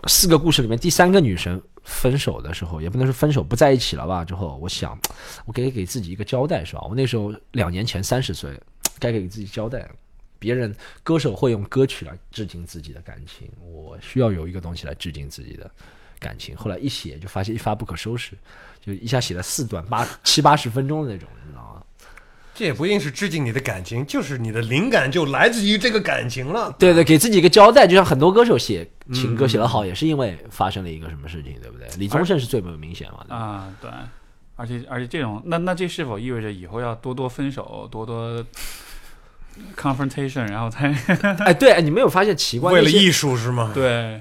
D: 四个故事里面第三个女生分手的时候，也不能说分手不在一起了吧，之后我想，我该给自己一个交代是吧？我那时候两年前三十岁，该给自己交代。别人歌手会用歌曲来致敬自己的感情，我需要有一个东西来致敬自己的感情。后来一写就发现一发不可收拾，就一下写了四段八七八十分钟的那种，你知道吗？
C: 这也不一定是致敬你的感情，就是你的灵感就来自于这个感情了。
D: 对对，给自己一个交代，就像很多歌手写情歌写得好，也是因为发生了一个什么事情，对不对？李宗盛是最明显嘛，对吧？
B: 啊，对，而且而且这种，那那这是否意味着以后要多多分手，多多 confrontation，然后才
D: 哎，对，哎你没有发现奇怪？
C: 为了
D: 那些
C: 艺术是吗？
B: 对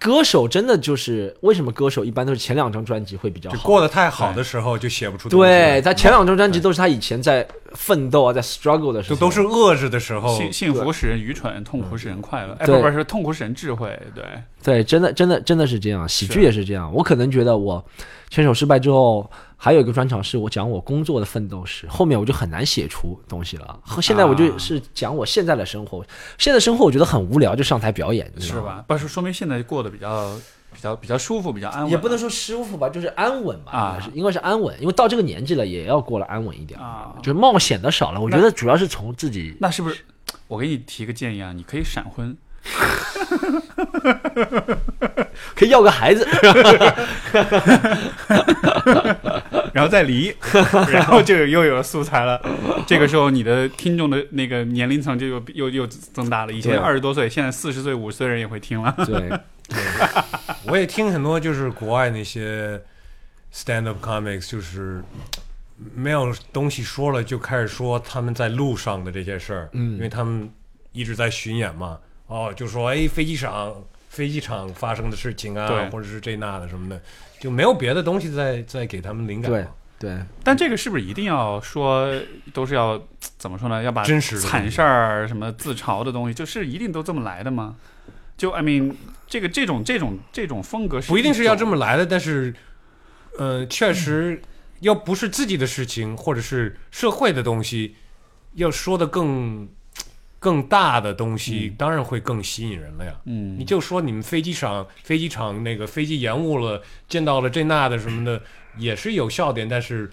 D: 歌手真的就是为什么歌手一般都是前两张专辑会比较
C: 就
D: 好？
C: 过得太好的时候就写不出东西
D: 对
C: 来，
D: 他前两张专辑都是他以前在奋斗啊，在 struggle 的时
C: 就
D: 候，
C: 都是遏制的时候，
B: 幸幸福使人愚蠢，痛苦使人快乐，哎，
D: 哦嗯对
B: 不不是痛苦使人智慧，对，
D: 对，真的，真的，真的是这样。喜剧
B: 是啊
D: 也是这样。我可能觉得我牵手失败之后，还有一个专场是我讲我工作的奋斗史，后面我就很难写出东西了。和现在我就
B: 啊
D: 是讲我现在的生活，现在生活我觉得很无聊，就上台表演，你知
B: 是
D: 道吗？
B: 吧？不是说明现在过得比较比较比较舒服，比较安稳，
D: 也不能说舒服吧，就是安稳吧，
B: 啊
D: 应该是应该是安稳，因为到这个年纪了，也要过了安稳一点，
B: 啊
D: 就是冒险的少了。我觉得主要是从自己
B: 那是不是？我给你提个建议啊，你可以闪婚，
D: 可以要个孩 子，
B: 然后再 离，然后就又有了素材了。这个时候，你的听众的那个年龄层就又又又增大了。以前
D: 对
B: 二十多岁，现在四十岁、五十岁人也会听了。
D: 对，
C: 我也听很多就是国外那些 stand up comics，就是没有东西说了就开始说他们在路上的这些事儿，嗯，因为他们一直在巡演嘛，哦，就说哎飞机场飞机场发生的事情
B: 对
C: 啊，或者是这那的什么的，就没有别的东西在在给他们灵感
D: 对
C: 了。，
D: 对，
B: 但这个是不是一定要说都是要怎么说呢？要把
C: 真实的东西
B: 惨事儿、什么自嘲的东西，就是一定都这么来的吗？就 I mean，这个这种这种这种风格是
C: 不一定是要这
B: 么嗯
C: 么来的，但是，呃，确实要不是自己的事情，或者是社会的东西，要说的更更大的东西，当然会更吸引人了呀。
B: 嗯
C: 你就说你们飞机场飞机场那个飞机延误了，见到了这那的什么的，也是有笑点，但是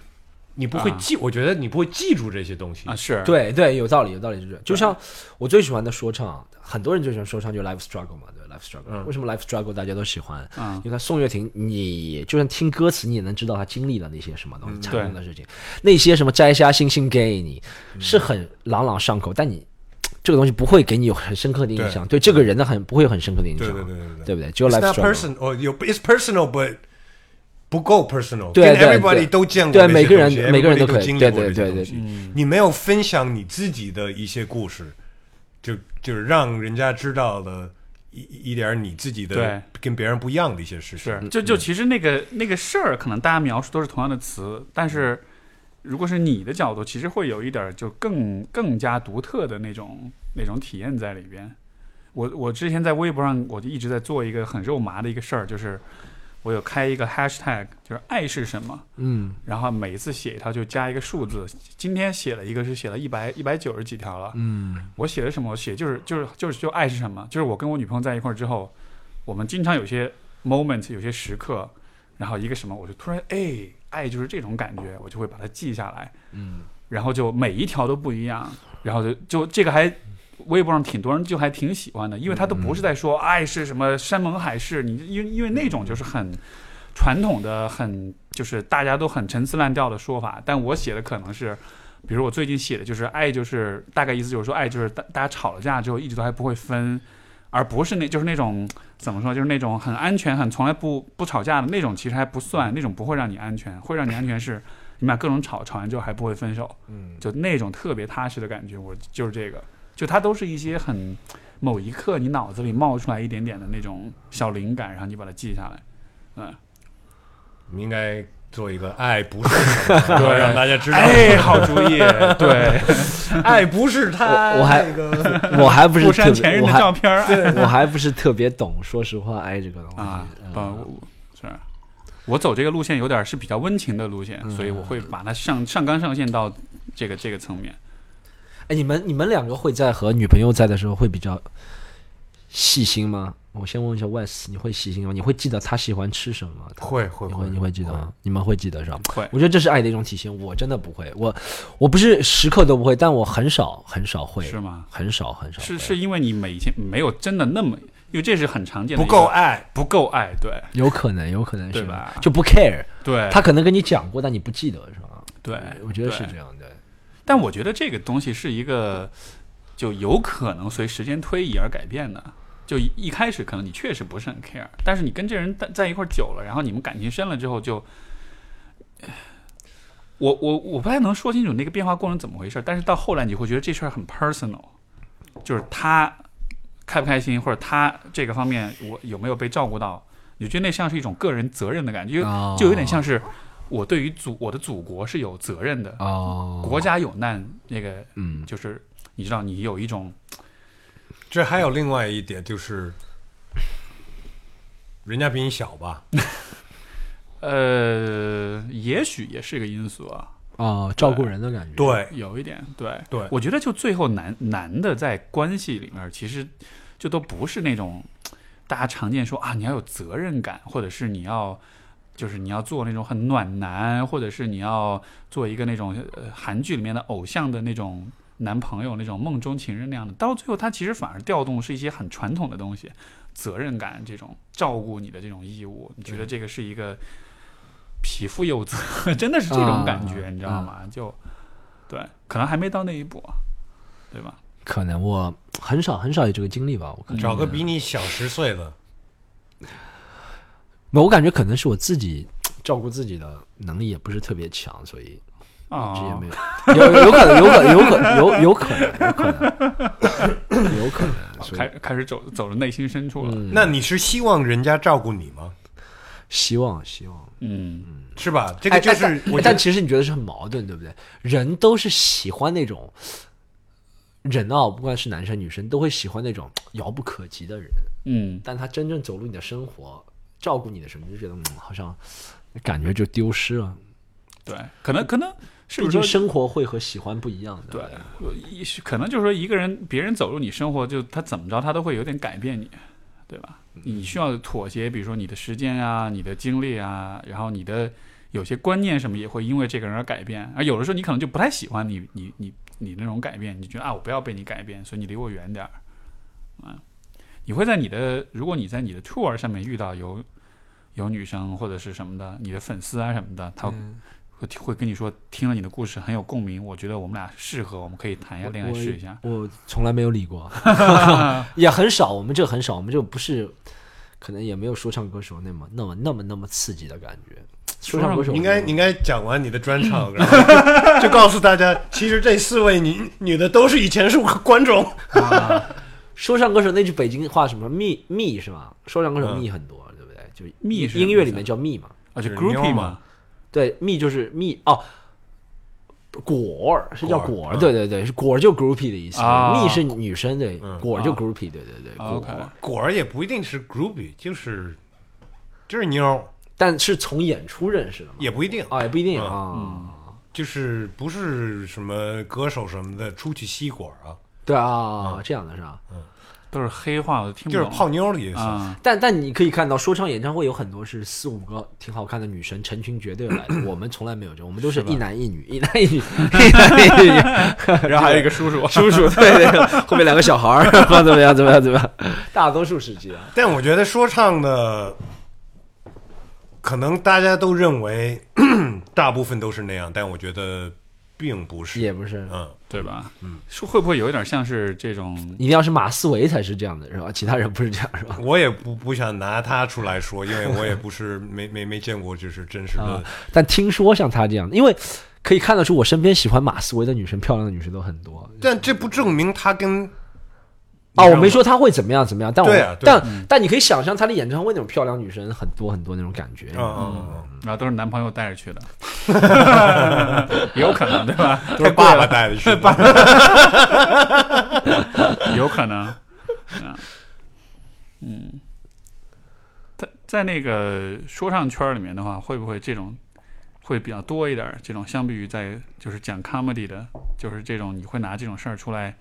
C: 你不会
B: 啊
C: 记，我觉得你不会记住这些东西
B: 啊，是，
D: 对对，有道理，有道理，就是就像我最喜欢的说唱，很多人最喜欢说唱就是 Life Struggle 嘛，对 Life Struggle、
C: 嗯
D: 为什么 Life Struggle 大家都喜欢？
B: 嗯
D: 因为他宋岳庭，你就算听歌词，你也能知道他经历了那些什么东西，惨
B: 嗯对嗯
D: 痛的事情。那些什么摘下星星给你，是很朗朗上口，但你这个东西不会给你有很深刻的印象，对这个人的很不会有很深刻的印象，
C: 对
D: 对不对？只有 Life
C: It's not
D: Struggle。
C: person，哦，有 It's personal but 不够 personal，
D: 对
C: 跟
D: 对
C: everybody
D: 对
C: 都见过这
D: 对
C: 些
D: 每个人
C: 东西
D: 每个人都
C: everybody
D: 可以
C: 经历
D: 对
C: 过
D: 对
C: 这些
D: 对
C: 东
D: 对
C: 西
B: 嗯
C: 你没有分享你自己的一些故事，就就是让人家知道了一一点儿你自己的
B: 对
C: 跟别人不一样的一些事情，
B: 是，就就其实那个那个事儿，可能大家描述都是同样的词，但是如果是你的角度，其实会有一点儿就更更加独特的那种那种体验在里边。我我之前在微博上，我就一直在做一个很肉麻的一个事儿，就是我有开一个 hashtag，就是爱是什么，
D: 嗯
B: 然后每一次写一条就加一个数字。今天写了一个是写了一百一百九十几条了，
D: 嗯
B: 我写的什么？我写就是就是就是就爱是什么？就是我跟我女朋友在一块儿之后，我们经常有些 moment，有些时刻，然后一个什么，我就突然哎，爱就是这种感觉，我就会把它记下来，
D: 嗯，
B: 然后就每一条都不一样，然后就就这个还微博上挺多人就还挺喜欢的，因为他都不是在说爱是什么山盟海誓，你因为因为那种就是很传统的很就是大家都很陈词滥调的说法，但我写的可能是。比如我最近写的就是爱，就是大概意思就是说爱就是大大家吵了架之后一直都还不会分，而不是那就是那种怎么说就是那种很安全、很从来不不吵架的那种，其实还不算，那种不会让你安全，会让你安全是你们俩各种吵，吵完之后还不会分手，
C: 嗯，
B: 就那种特别踏实的感觉，我就是这个，就它都是一些很某一刻你脑子里冒出来一点点的那种小灵感，然后你把它记下来，嗯，
C: 你应该做一个爱不是什么，
B: 对
C: 让大家知道。
B: 哎，好主意， 对，
C: 爱不是他，
D: 我我还
C: 那个
D: 我还 不是 特
B: 不删前
D: 别，
B: 任
D: 我
B: 的
D: 还
B: 照片儿，
D: 我还不是特别懂，说实话，爱这个东西
B: 啊，
D: 嗯
B: 不，我是我走这个路线有点儿是比较温情的路线，
D: 嗯
B: 所以我会把它上上纲上线到这个这个层面。
D: 哎，你们你们两个会在和女朋友在的时候会比较细心吗？我先问一下 Wes，你会细心吗？你会记得她喜欢吃什么吗？她
C: 会会
D: 你会你会记得吗？你们会记得是吧？
B: 会
D: 我觉得这是爱的一种体现。我真的不会，我我不是时刻都不会，但我很少很少会，
B: 是吗？
D: 很少很少
B: 是
D: 会
B: 是因为你每天没有真的那么，因为这是很常见的
C: 不
B: 一个
C: 够爱，
B: 不够爱，对
D: 有可能有可能是
B: 对吧
D: 就不 care，
B: 对，
D: 他可能跟你讲过，但你不记得是吧？
B: 对，
D: 我觉得是
B: 对
D: 这样的。
B: 但我觉得这个东西是一个，就有可能随时间推移而改变的。就一一开始可能你确实不是很 care，但是你跟这人在在一块儿久了，然后你们感情深了之后就，我我我不太能说清楚那个变化过程怎么回事，但是到后来你会觉得这事儿很 personal，就是他开不开心或者他这个方面我有没有被照顾到，你觉得那像是一种个人责任的感觉，
D: 哦
B: 就就有点像是我对于祖我的祖国是有责任的，
D: 哦，
B: 国家有难，那个
D: 嗯
B: 就是你知道，你有一种
C: 这还有另外一点就是，人家比你小吧，
B: 呃，也许也是个因素啊，
D: 哦，照顾人的感觉。
C: 对，
B: 有一点对
C: 对
B: 我觉得就最后男男的在关系里面，其实就都不是那种大家常见说啊，你要有责任感，或者是你要。就是你要做那种很暖男，或者是你要做一个那种呃韩剧里面的偶像的那种男朋友，那种梦中情人那样的，到最后他其实反而调动是一些很传统的东西，责任感这种照顾你的这种义务，你觉得这个是一个匹夫有责， 真的是这种感觉，
D: 啊
B: 你知道吗？就对，可能还没到那一步，啊对吧？
D: 可能我很少很少有这个经历吧，我可能
C: 找个比你小十岁的，
D: 那我感觉可能是我自己照顾自己的能力也不是特别强，所以
B: 啊、
C: 哦
D: 这也没有， 有有可能，有可能，有可能，有有可能，有可能， 有可
C: 哦
D: 能，所
B: 开
D: 以
B: 开始走走了内心深处了，
D: 嗯
C: 那你是希望人家照顾你吗？
D: 希望希望，
B: 嗯，
C: 是吧？这
D: 这
C: 个就是我觉
D: 哎但
C: 得
D: 其实你觉得是很矛盾，对不对？人都是喜欢那种人啊，不管是男生女生，都会喜欢那种遥不可及的人，
B: 嗯
D: 但他真正走入你的生活，照顾你的什么，就觉得嗯，好像感觉就丢失了。
B: 对，可能可能是
D: 毕
B: 不
D: 竟
B: 是说
D: 生活会和喜欢不一样的。
B: 对，呃一是可能就是说一个人，别人走入你生活，就他怎么着，他都会有点改变你，对吧？你需要妥协，比如说你的时间啊、你的精力啊，然后你的有些观念什么也会因为这个人而改变。而有的时候你可能就不太喜欢你你你你那种改变，你觉得啊，我不要被你改变，所以你离我远点儿。啊，你会在你的如果你在你的 tour 上面遇到有有女生或者是什么的，你的粉丝啊什么的，他
C: 嗯
B: 会会跟你说，听了你的故事很有共鸣，我觉得我们俩适合，我们可以谈一下恋爱
D: 我
B: 试一下。
D: 我从来没有理 过，也很少，我们这很少，我们这不是，可能也没有说唱歌手那么那么那么那么刺激的感觉。说唱歌手
C: 应该
D: 是
C: 应该讲完你的专场，然后就就告诉大家，其实这四位女女的都是以前是我观众。
D: 说唱歌手那句北京话什么蜜蜜是吧？说唱歌手
C: 嗯
D: 蜜很多，对不对？就
B: 蜜是
D: 音乐
B: 什么意
D: 里
B: 思
D: 面叫蜜嘛，
B: 而且
C: 就是
B: groupie
C: 妞
B: 嘛
C: 嘛，
D: 对，蜜就是蜜哦。果儿是叫
C: 果
D: 果
C: 儿嗯
D: 儿，对对对，是果儿就 groupie 的意思，
B: 啊
D: 蜜是女生对，
C: 嗯
D: 果儿就
B: 啊
D: groupie，对对对，果
B: OK
D: 儿，
C: 果儿也不一定是 groovy，就是就是妞，
D: 但是从演出认识的嘛，
C: 也不一定，
D: 啊也不一定
C: 嗯
D: 啊，
C: 就是不是什么歌手什么的出去吸果儿啊，
D: 对啊，这样的是吧？
B: 都是黑话，我都听不
C: 就
D: 嗯
B: 懂。
C: 是泡妞的意思。
B: 啊，
D: 但但你可以看到，说唱演唱会有很多是四五个挺好看的女生成群结队而来的，我们从来没有这，种，我们都是一男一女，一男一女，一男一女，
B: 然后还有一个叔叔，
D: 叔叔，对对，后面两个小孩儿，然后怎么样怎么样怎么样，大多数是这样。
C: 但我觉得说唱的，可能大家都认为 大部分都是那样，但我觉得并不是。
D: 也不是，
C: 嗯，
B: 对吧？嗯，是会不会有一点像是这种？
D: 一定要是马思唯才是这样的，是吧？其他人不是这样，是吧？
C: 我也不不想拿他出来说，因为我也不是没没没见过，就是真实的
D: 啊。但听说像他这样的，因为可以看得出，我身边喜欢马思唯的女生、漂亮的女生都很多。
C: 但这不证明他跟
D: 啊，我没说她会怎么样怎么样，但我、
C: 对啊对啊
D: 但、但你可以想象她的演唱会那种漂亮女生很多很多那种感觉，
C: 嗯嗯
B: 然后都是男朋友带着去 的，有可能对吧？
C: 嗯，都是爸爸带的去的。
B: 有可能，嗯嗯，在在那个说唱圈儿里面的话，会不会这种会比较多一点儿？这种相比于在就是讲 comedy 的，就是这种你会拿这种事儿出来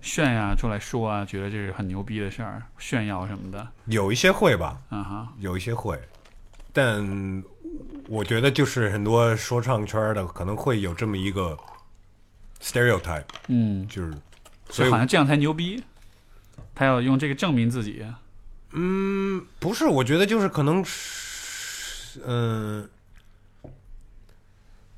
B: 炫呀、出来说啊，觉得这是很牛逼的事儿，炫耀什么的，
C: 有一些会吧，
B: 啊哈，
C: 有一些会，但我觉得就是很多说唱圈的可能会有这么一个 stereotype，
B: 嗯，
C: 就是所
B: 所
C: 以
B: 以好像这样才牛逼，他要用这个证明自己，
C: 啊嗯，不是，我觉得就是可能是，嗯、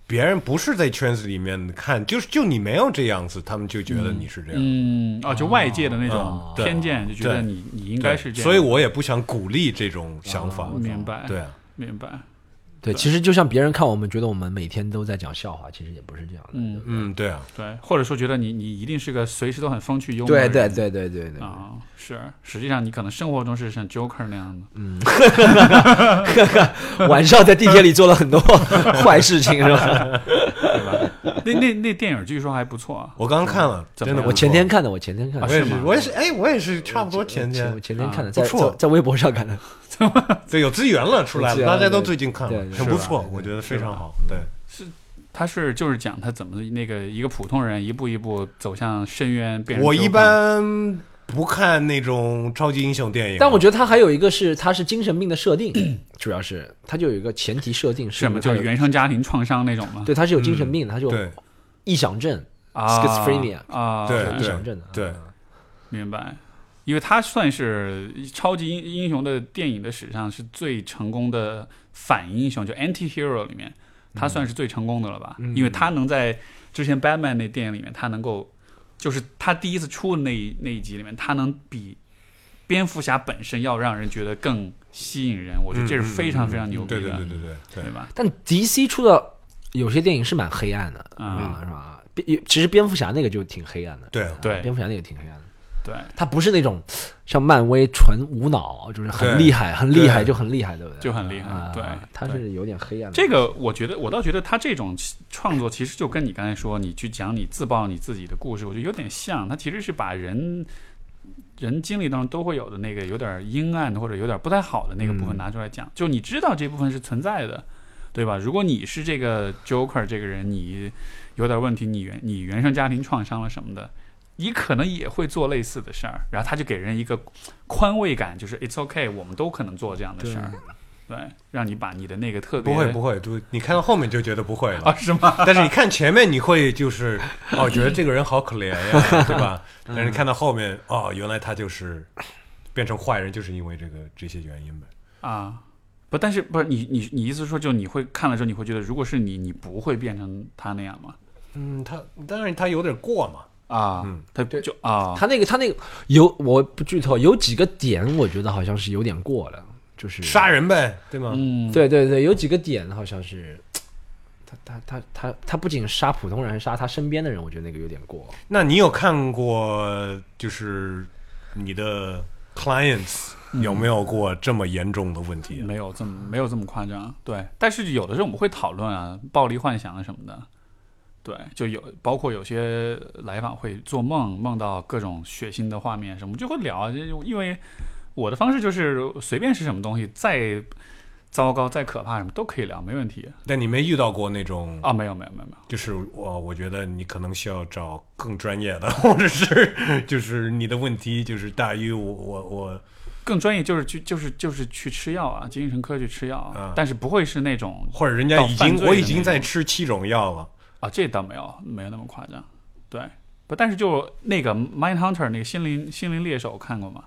C: 别人不是在圈子里面看，就是就你没有这样子，他们就觉得你是这样。
B: 嗯，哦，就外界的那种
C: 哦对
B: 偏见，就觉得
C: 对
B: 你你应
C: 应
B: 该是这样，哦
C: 所以我也不想鼓励这种想法。
B: 明白，
C: 对啊，
B: 明白，
D: 对，其实就像别人看我们，觉得我们每天都在讲笑话，其实也不是这样的。
B: 嗯。
C: 嗯，对啊，
B: 对，或者说觉得你你一定是个随时都很风趣幽默的
D: 对
B: 人，
D: 对对对对对，
B: 啊、是，实际上你可能生活中是像 Joker 那 样的，啊
D: 晚上在地铁里做了很多 坏事情，是 吧？
B: 那那那电影据说还不错啊，
C: 我刚看了，
B: 怎
C: 真
B: 么样
C: 的不
D: 我
C: 错
D: 前天，看的，我前天看
B: 啊
D: 的，
C: 我也
B: 是
C: 是
B: 吗，啊
C: 我也是，哎，我也是差不多前
D: 我
C: 天，
D: 前天看的，
C: 不
D: 在
C: 错
D: 在在微博上看的。
B: 嗯
C: 对，有资源了出来
D: 有资源
C: 了，
D: 了
C: 大家都最近看
D: 对
C: 了，
D: 对
C: 很
D: 是
C: 不
D: 吧
C: 错
D: 对，
C: 我觉得非常好。
B: 嗯
C: 对，
B: 他是就是讲他怎么那个一个普通人一步一步走向深渊，变成
C: 我一
B: Joker
C: 般不看那种超级英雄电影，
D: 但我觉得他还有一个是，他是精神病的设定，主要是他就有一个前提设定
B: 是
D: 是
B: 什么
D: 他
B: 就
D: 有
B: 是原啊嗯生家庭创伤那种吗？
D: 对，他是有精神病的，他就
C: 对
D: 臆想症，
B: 啊
D: schizophrenia
B: 啊，
C: 对
D: 有臆
C: 对
D: 想症的。啊
C: 对
B: 明白。因为他算是超级英英雄的电影的史上是最成功的反英雄，就 anti hero 里面，
C: 嗯
B: 他算是最成功的了吧？因为他能在之前 Batman 那电影里面，他能够就是他第一次出的那一那一集里面，他能比蝙蝠侠本身要让人觉得更吸引人，我觉得
C: 嗯
B: 这是非常非常牛逼
C: 对
B: 的，
C: 对对对对对
B: 对。吧？
D: 但 DC 出的有些电影是蛮黑暗的，
B: 嗯
D: 啊，是吧？蝙其实蝙蝠侠那个就挺黑暗的，
C: 对
D: 啊
B: 对
D: 蝙蝠侠那个挺黑暗的。
B: 对，
D: 他不是那种 像漫威纯无脑，就是很
C: 对
D: 厉害，很厉害
C: 对
D: 就很厉害，对不对？
B: 就很厉害
D: 啊
B: 对
D: 他是有点黑暗的。
B: 这个我觉得，我倒觉得他这种创作其实就跟你刚才说，你去讲你自曝你自己的故事，我觉得有点像。他其实是把人人经历当中都会有的那个有点阴暗的或者有点不太好的那个部分拿出来讲，就你知道这部分是存在的，对吧？如果你是这个 Joker 这个人，你有点问题，你原你原生家庭创伤了什么的，你可能也会做类似的事儿，然后他就给人一个宽慰感，就是 It's OK，我们都可能做这样的事儿，对，让你把你的那个特别
C: 不会不会，就你看到后面就觉得不会了。
B: 啊是吗？
C: 但是你看前面，你会就是哦，觉得这个人好可怜 呀，对吧？但是你看到后面，哦，原来他就是变成坏人，就是因为这个这些原因呗。
B: 啊。不，但是不是你你你意思说，就你会看了之后，你会觉得，如果是你，你不会变成他那样吗？
C: 嗯，他当然他有点过嘛，
B: 啊，他就啊，
D: 他那个他那个有我不剧透，有几个点我觉得好像是有点过了，就是
C: 嗯杀人呗，对吗？
B: 嗯，
D: 对对对，有几个点好像是，他他他他他不仅杀普通人，还杀他身边的人，我觉得那个有点过。
C: 那你有看过就是你的 clients 有没有过这么严重的问题啊？
B: 没有这么没有这么夸张，对。但是有的时候我们会讨论啊，暴力幻想啊什么的，对，就有包括有些来访会做梦，梦到各种血腥的画面什么，就会聊啊。就因为我的方式就是随便是什么东西，再糟糕、再可怕什么都可以聊，没问题
C: 但你没遇到过那种
B: 啊。没有没有没有没有
C: 就是我，我觉得你可能需要找更专业的， 或者是就是你的问题就是大于我我我
B: 更专业就是去就是就是去吃药啊，精神科去吃药，
D: 嗯
C: 啊
B: 但是不会是那种
C: 或者人家
B: 到
C: 已
B: 犯
C: 经
B: 罪
C: 我
B: 的
C: 已经
B: 那
C: 在
B: 种
C: 吃七种药了，
B: 啊，这倒没有，没有那么夸张。对，不，但是就那个《Mind Hunter》那个心灵心灵猎手看过吗？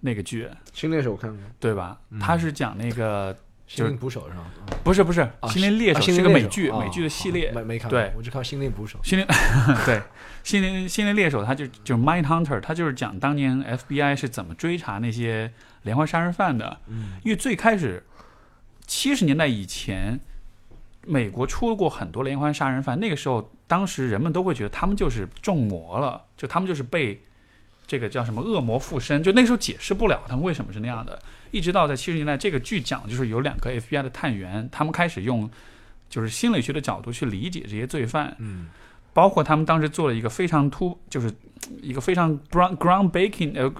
B: 那个剧
D: 新猎手看过，
B: 对吧？
D: 嗯
B: 他是讲那个
D: 心
B: 就
D: 灵捕手是吧？嗯
B: 不是不是
D: 啊
B: 心灵猎手
D: 啊
B: 是
D: 心灵
B: 个
D: 猎
B: 美
D: 手
B: 剧，
D: 啊
B: 美剧的系列
D: 啊。没没看过，
B: 对
D: 我只看过心灵捕手。
B: 心灵 对心灵心灵猎手，他就就是 Mind Hunter，他就是讲当年 FBI 是怎么追查那些连环杀人犯的。因为最开始七十年代以前，美国出过很多连环杀人犯，那个时候当时人们都会觉得他们就是中魔了，就他们就是被这个叫什么恶魔附身，就那时候解释不了他们为什么是那样的。一直到在七十年代，这个剧讲就是有两个 FBI 的探员，他们开始用就是心理学的角度去理解这些罪犯，
C: 嗯，
B: 包括他们当时做了一个非常突，就是嗯一个非常 ground ground breaking 呃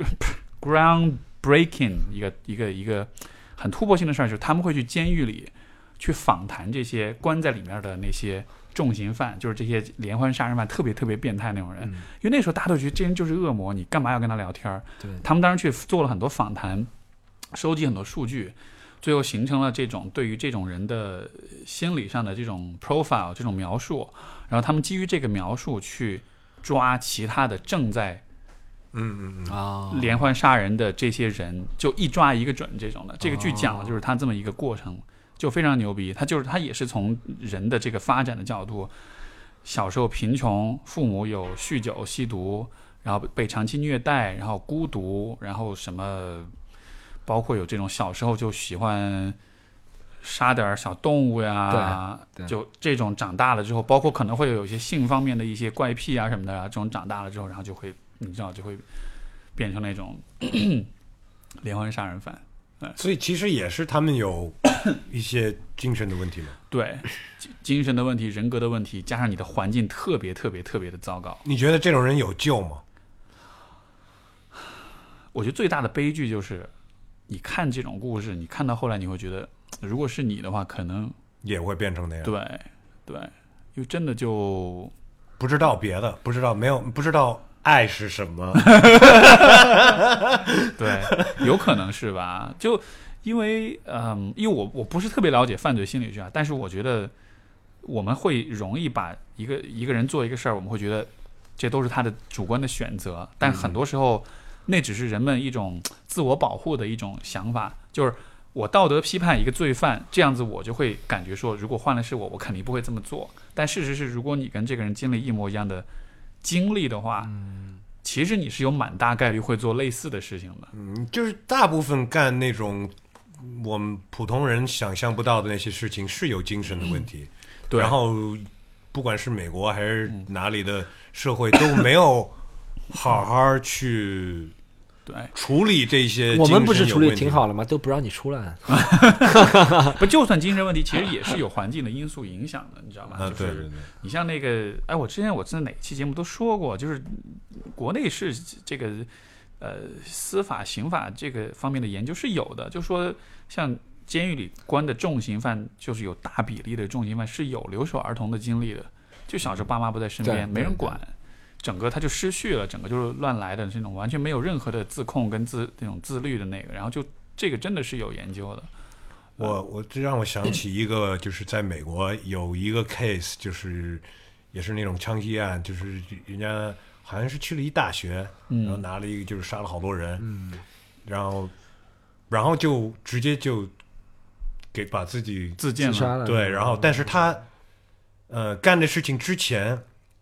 B: ground breaking 一个一个一个很突破性的事儿，就是他们会去监狱里去访谈这些关在里面的那些重刑犯，就是这些连环杀人犯，特别特别变态那种
D: 嗯
B: 人。因为那时候大家都觉得这人就是恶魔，你干嘛要跟他聊天儿？
D: 对
B: 他们当时去做了很多访谈，收集很多数据，最后形成了这种对于这种人的心理上的这种 profile 这种描述，然后他们基于这个描述去抓其他的正在
C: 嗯嗯嗯，
D: 啊
B: 连环杀人的这些人，就一抓一个准这种的。
D: 啊
B: 这个剧讲的就是他这么一个过程，就非常牛逼。他就是他也是从人的这个发展的角度，小时候贫穷，父母有酗酒、吸毒，然后被长期虐待，然后孤独，然后什么，包括有这种小时候就喜欢。杀点儿小动物呀，
D: 对对
B: 就这种长大了之后，包括可能会有一些性方面的一些怪癖啊什么的啊，这种长大了之后，然后就会，你知道就会变成那种 连环杀人犯。哎
C: 所以其实也是他们有一些精神的问题嘛。
B: 对，精精神的问题、人格的问题，加上你的环境特别特别特别的糟糕。
C: 你觉得这种人有救吗？
B: 我觉得最大的悲剧就是，你看这种故事，你看到后来你会觉得，如果是你的话，可能
C: 也会变成那样？
B: 对对，因为真的就
C: 不知道别的，不知道没有，不知道爱是什么。
B: 对，有可能是吧？就因为嗯，因为我我不是特别了解犯罪心理学啊，但是我觉得我们会容易把一个一个人做一个事儿，我们会觉得这都是他的主观的选择，但很多时候那只是人们一种自我保护的一种想法，就是。我道德批判一个罪犯，这样子我就会感觉说，如果换了是我，我肯定不会这么做。但事实是，如果你跟这个人经历一模一样的经历的话，其实你是有蛮大概率会做类似的事情的。
C: 嗯，就是大部分干那种我们普通人想象不到的那些事情是有精神的问题，
B: 对
C: 然后不管是美国还是哪里的社会都没有好 好去
B: 对，
C: 处理这些
D: 我们不
C: 精
D: 是
C: 神有
D: 处理
C: 问题
D: 挺，好了吗？都不让你出来，
B: 不，就算精神问题，其实也是有环境的因素影响的，你知道吗？
C: 啊，
B: 就
C: 对对
B: 是
C: 对，
B: 你像那个，哎，我之前我在哪期节目都说过，就是国内是这个呃司法刑法这个方面的研究是有的，就说像监狱里关的重刑犯，就是有大比例的重刑犯是有留守儿童的经历的，就小时候爸妈不在身
D: 对
B: 边，没人
D: 对
B: 管，整个他就失序了，整个就是乱来的这种，完全没有任何的自控跟自那种自律的那个，然后就这个真的是有研究的，
C: 我我这让我想起一个，就是在美国有一个 case，就是也是那种枪击案，就是人家好像是去了一大学，然
B: 嗯
C: 后拿了一个就是杀了好多人，嗯，然后然后就直接就给把自己
B: 自
D: 自
B: 荐
D: 杀
B: 了，
D: 了。
C: 对，然后但是他呃干的事情之前，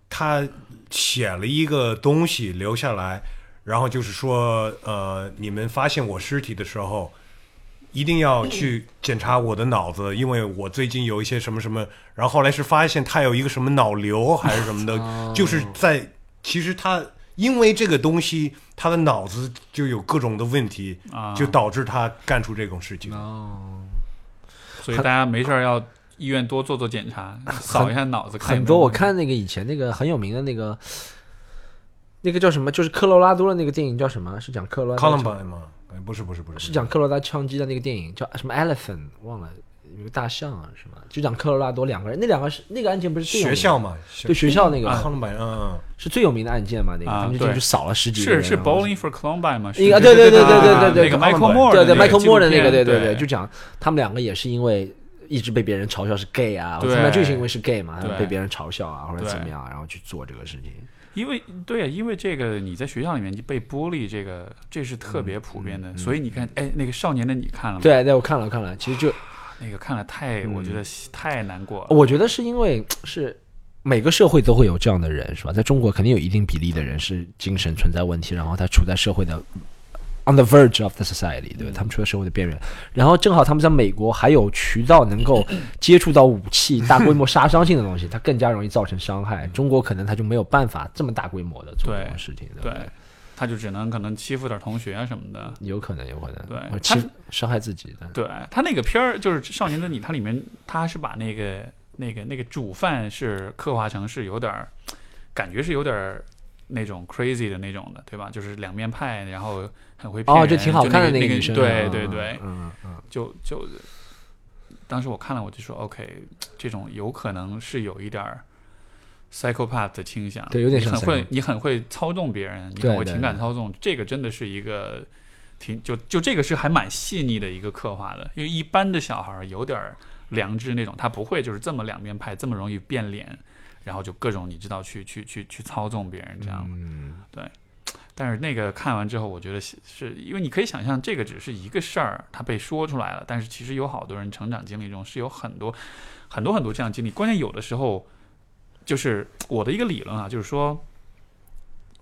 C: 他写了一个东西留下来，然后就是说呃你们发现我尸体的时候，一定要去检查我的脑子，因为我最近有一些什么什么，然后后来是发现他有一个什么脑瘤还是什
D: 嗯
C: 么
B: 哦
C: 的，就是在其实他。因为这个东西，他的脑子就有各种的问题，
B: 啊，
C: 就导致他干出这种事情。
D: 哦，
B: 所以大家没事儿要医院多做做检查，扫一下脑子，看有没有
D: 很多我看那个以前那个很有名的那个，那个叫什么？就是科罗拉多的那个电影叫什么？是讲科罗拉多
C: Columbine 吗？哎，不是，不是，不是，
D: 是讲科罗拉多枪击的那个电影叫什么 Elephant？忘了，有个大象啊，是吗？就讲科罗拉多两个人，那两个是那个案件不是最有
C: 学
D: 名
C: 校嘛，
D: 对学校那个、
C: 康乐版，嗯，
D: 是最有名的案件嘛？那个、
B: 啊
D: 他们就进
B: 对
D: 去扫了十几个人
B: 是
D: 啊，
B: 是 Bowling for Columbine 吗？
D: 应该
B: 是不是
D: 对对
B: 啊
C: 对对对
B: 那个
C: 对
B: Michael
C: Columbine
B: Moore
D: 对对
B: 那个
D: ，Michael Moore 的那
B: 纪录
D: 个，对
B: 片
D: 对，就讲他们两个也是因为一直被别人嘲笑是 gay 啊，我
B: 对
D: 他们就是因为是 gay 嘛，
B: 对
D: 被别人嘲笑啊，或者
B: 对
D: 怎么样，然后去做这个事情。
B: 因为对啊，因为这个你在学校里面被孤立，这个这是特别普遍的，所以你看，哎，那个少年的你看了
D: 嗯
B: 吗？，
D: 对对，啊嗯我看了我看了，其实就
B: 那个看了太，我觉得太难过了。
D: 我觉得是因为是每个社会都会有这样的人，是吧？在中国肯定有一定比例的人是精神存在问题，然后他处在社会的 on the verge of the society，对吧？
B: 嗯
D: 他们处在社会的边缘，然后正好他们在美国还有渠道能 够接触到武器、大规模杀伤性的东西，它更加容易造成伤害。中国可能他就没有办法这么大规模的做这
B: 对
D: 种事情，对
B: 对
D: 吧？，
B: 他就只能可能欺负点同学啊什么的。
D: 有可能，有可能，
B: 对
D: 或者
B: 他
D: 欺伤害自己的，
B: 对他那个片儿就是《少年的你》，它里面他是把那个那个那个主犯是刻画成是有点儿，感觉是有点儿那种 crazy 的那种的，对吧？就是两面派，然后很会骗人，
D: 哦，就挺好看的
B: 就那
D: 个
B: 个
D: 女生，
B: 对
D: 嗯
B: 对对，
D: 嗯嗯，
B: 就就当时我看了，我就说 OK，这种有可能是有一点儿 psychopath 的倾向，
D: 对有点像
B: 你很会
D: psychopath
B: 你很会操纵别人，你
D: 对
B: 很会
D: 对
B: 情感
D: 对
B: 操纵，这个真的是一个挺就就这个是还蛮细腻的一个刻画的，因为一般的小孩儿有点儿良知那种，他不会就是这么两面派，这么容易变脸。然后就各种你知道去去去去操纵别人这样，
D: 嗯
B: 对。但是那个看完之后，我觉得是是因为你可以想象，这个只是一个事儿，它被说出来了，但是其实有好多人成长经历中是有很多很多很多这样的经历。关键有的时候，就是我的一个理论啊，就是说，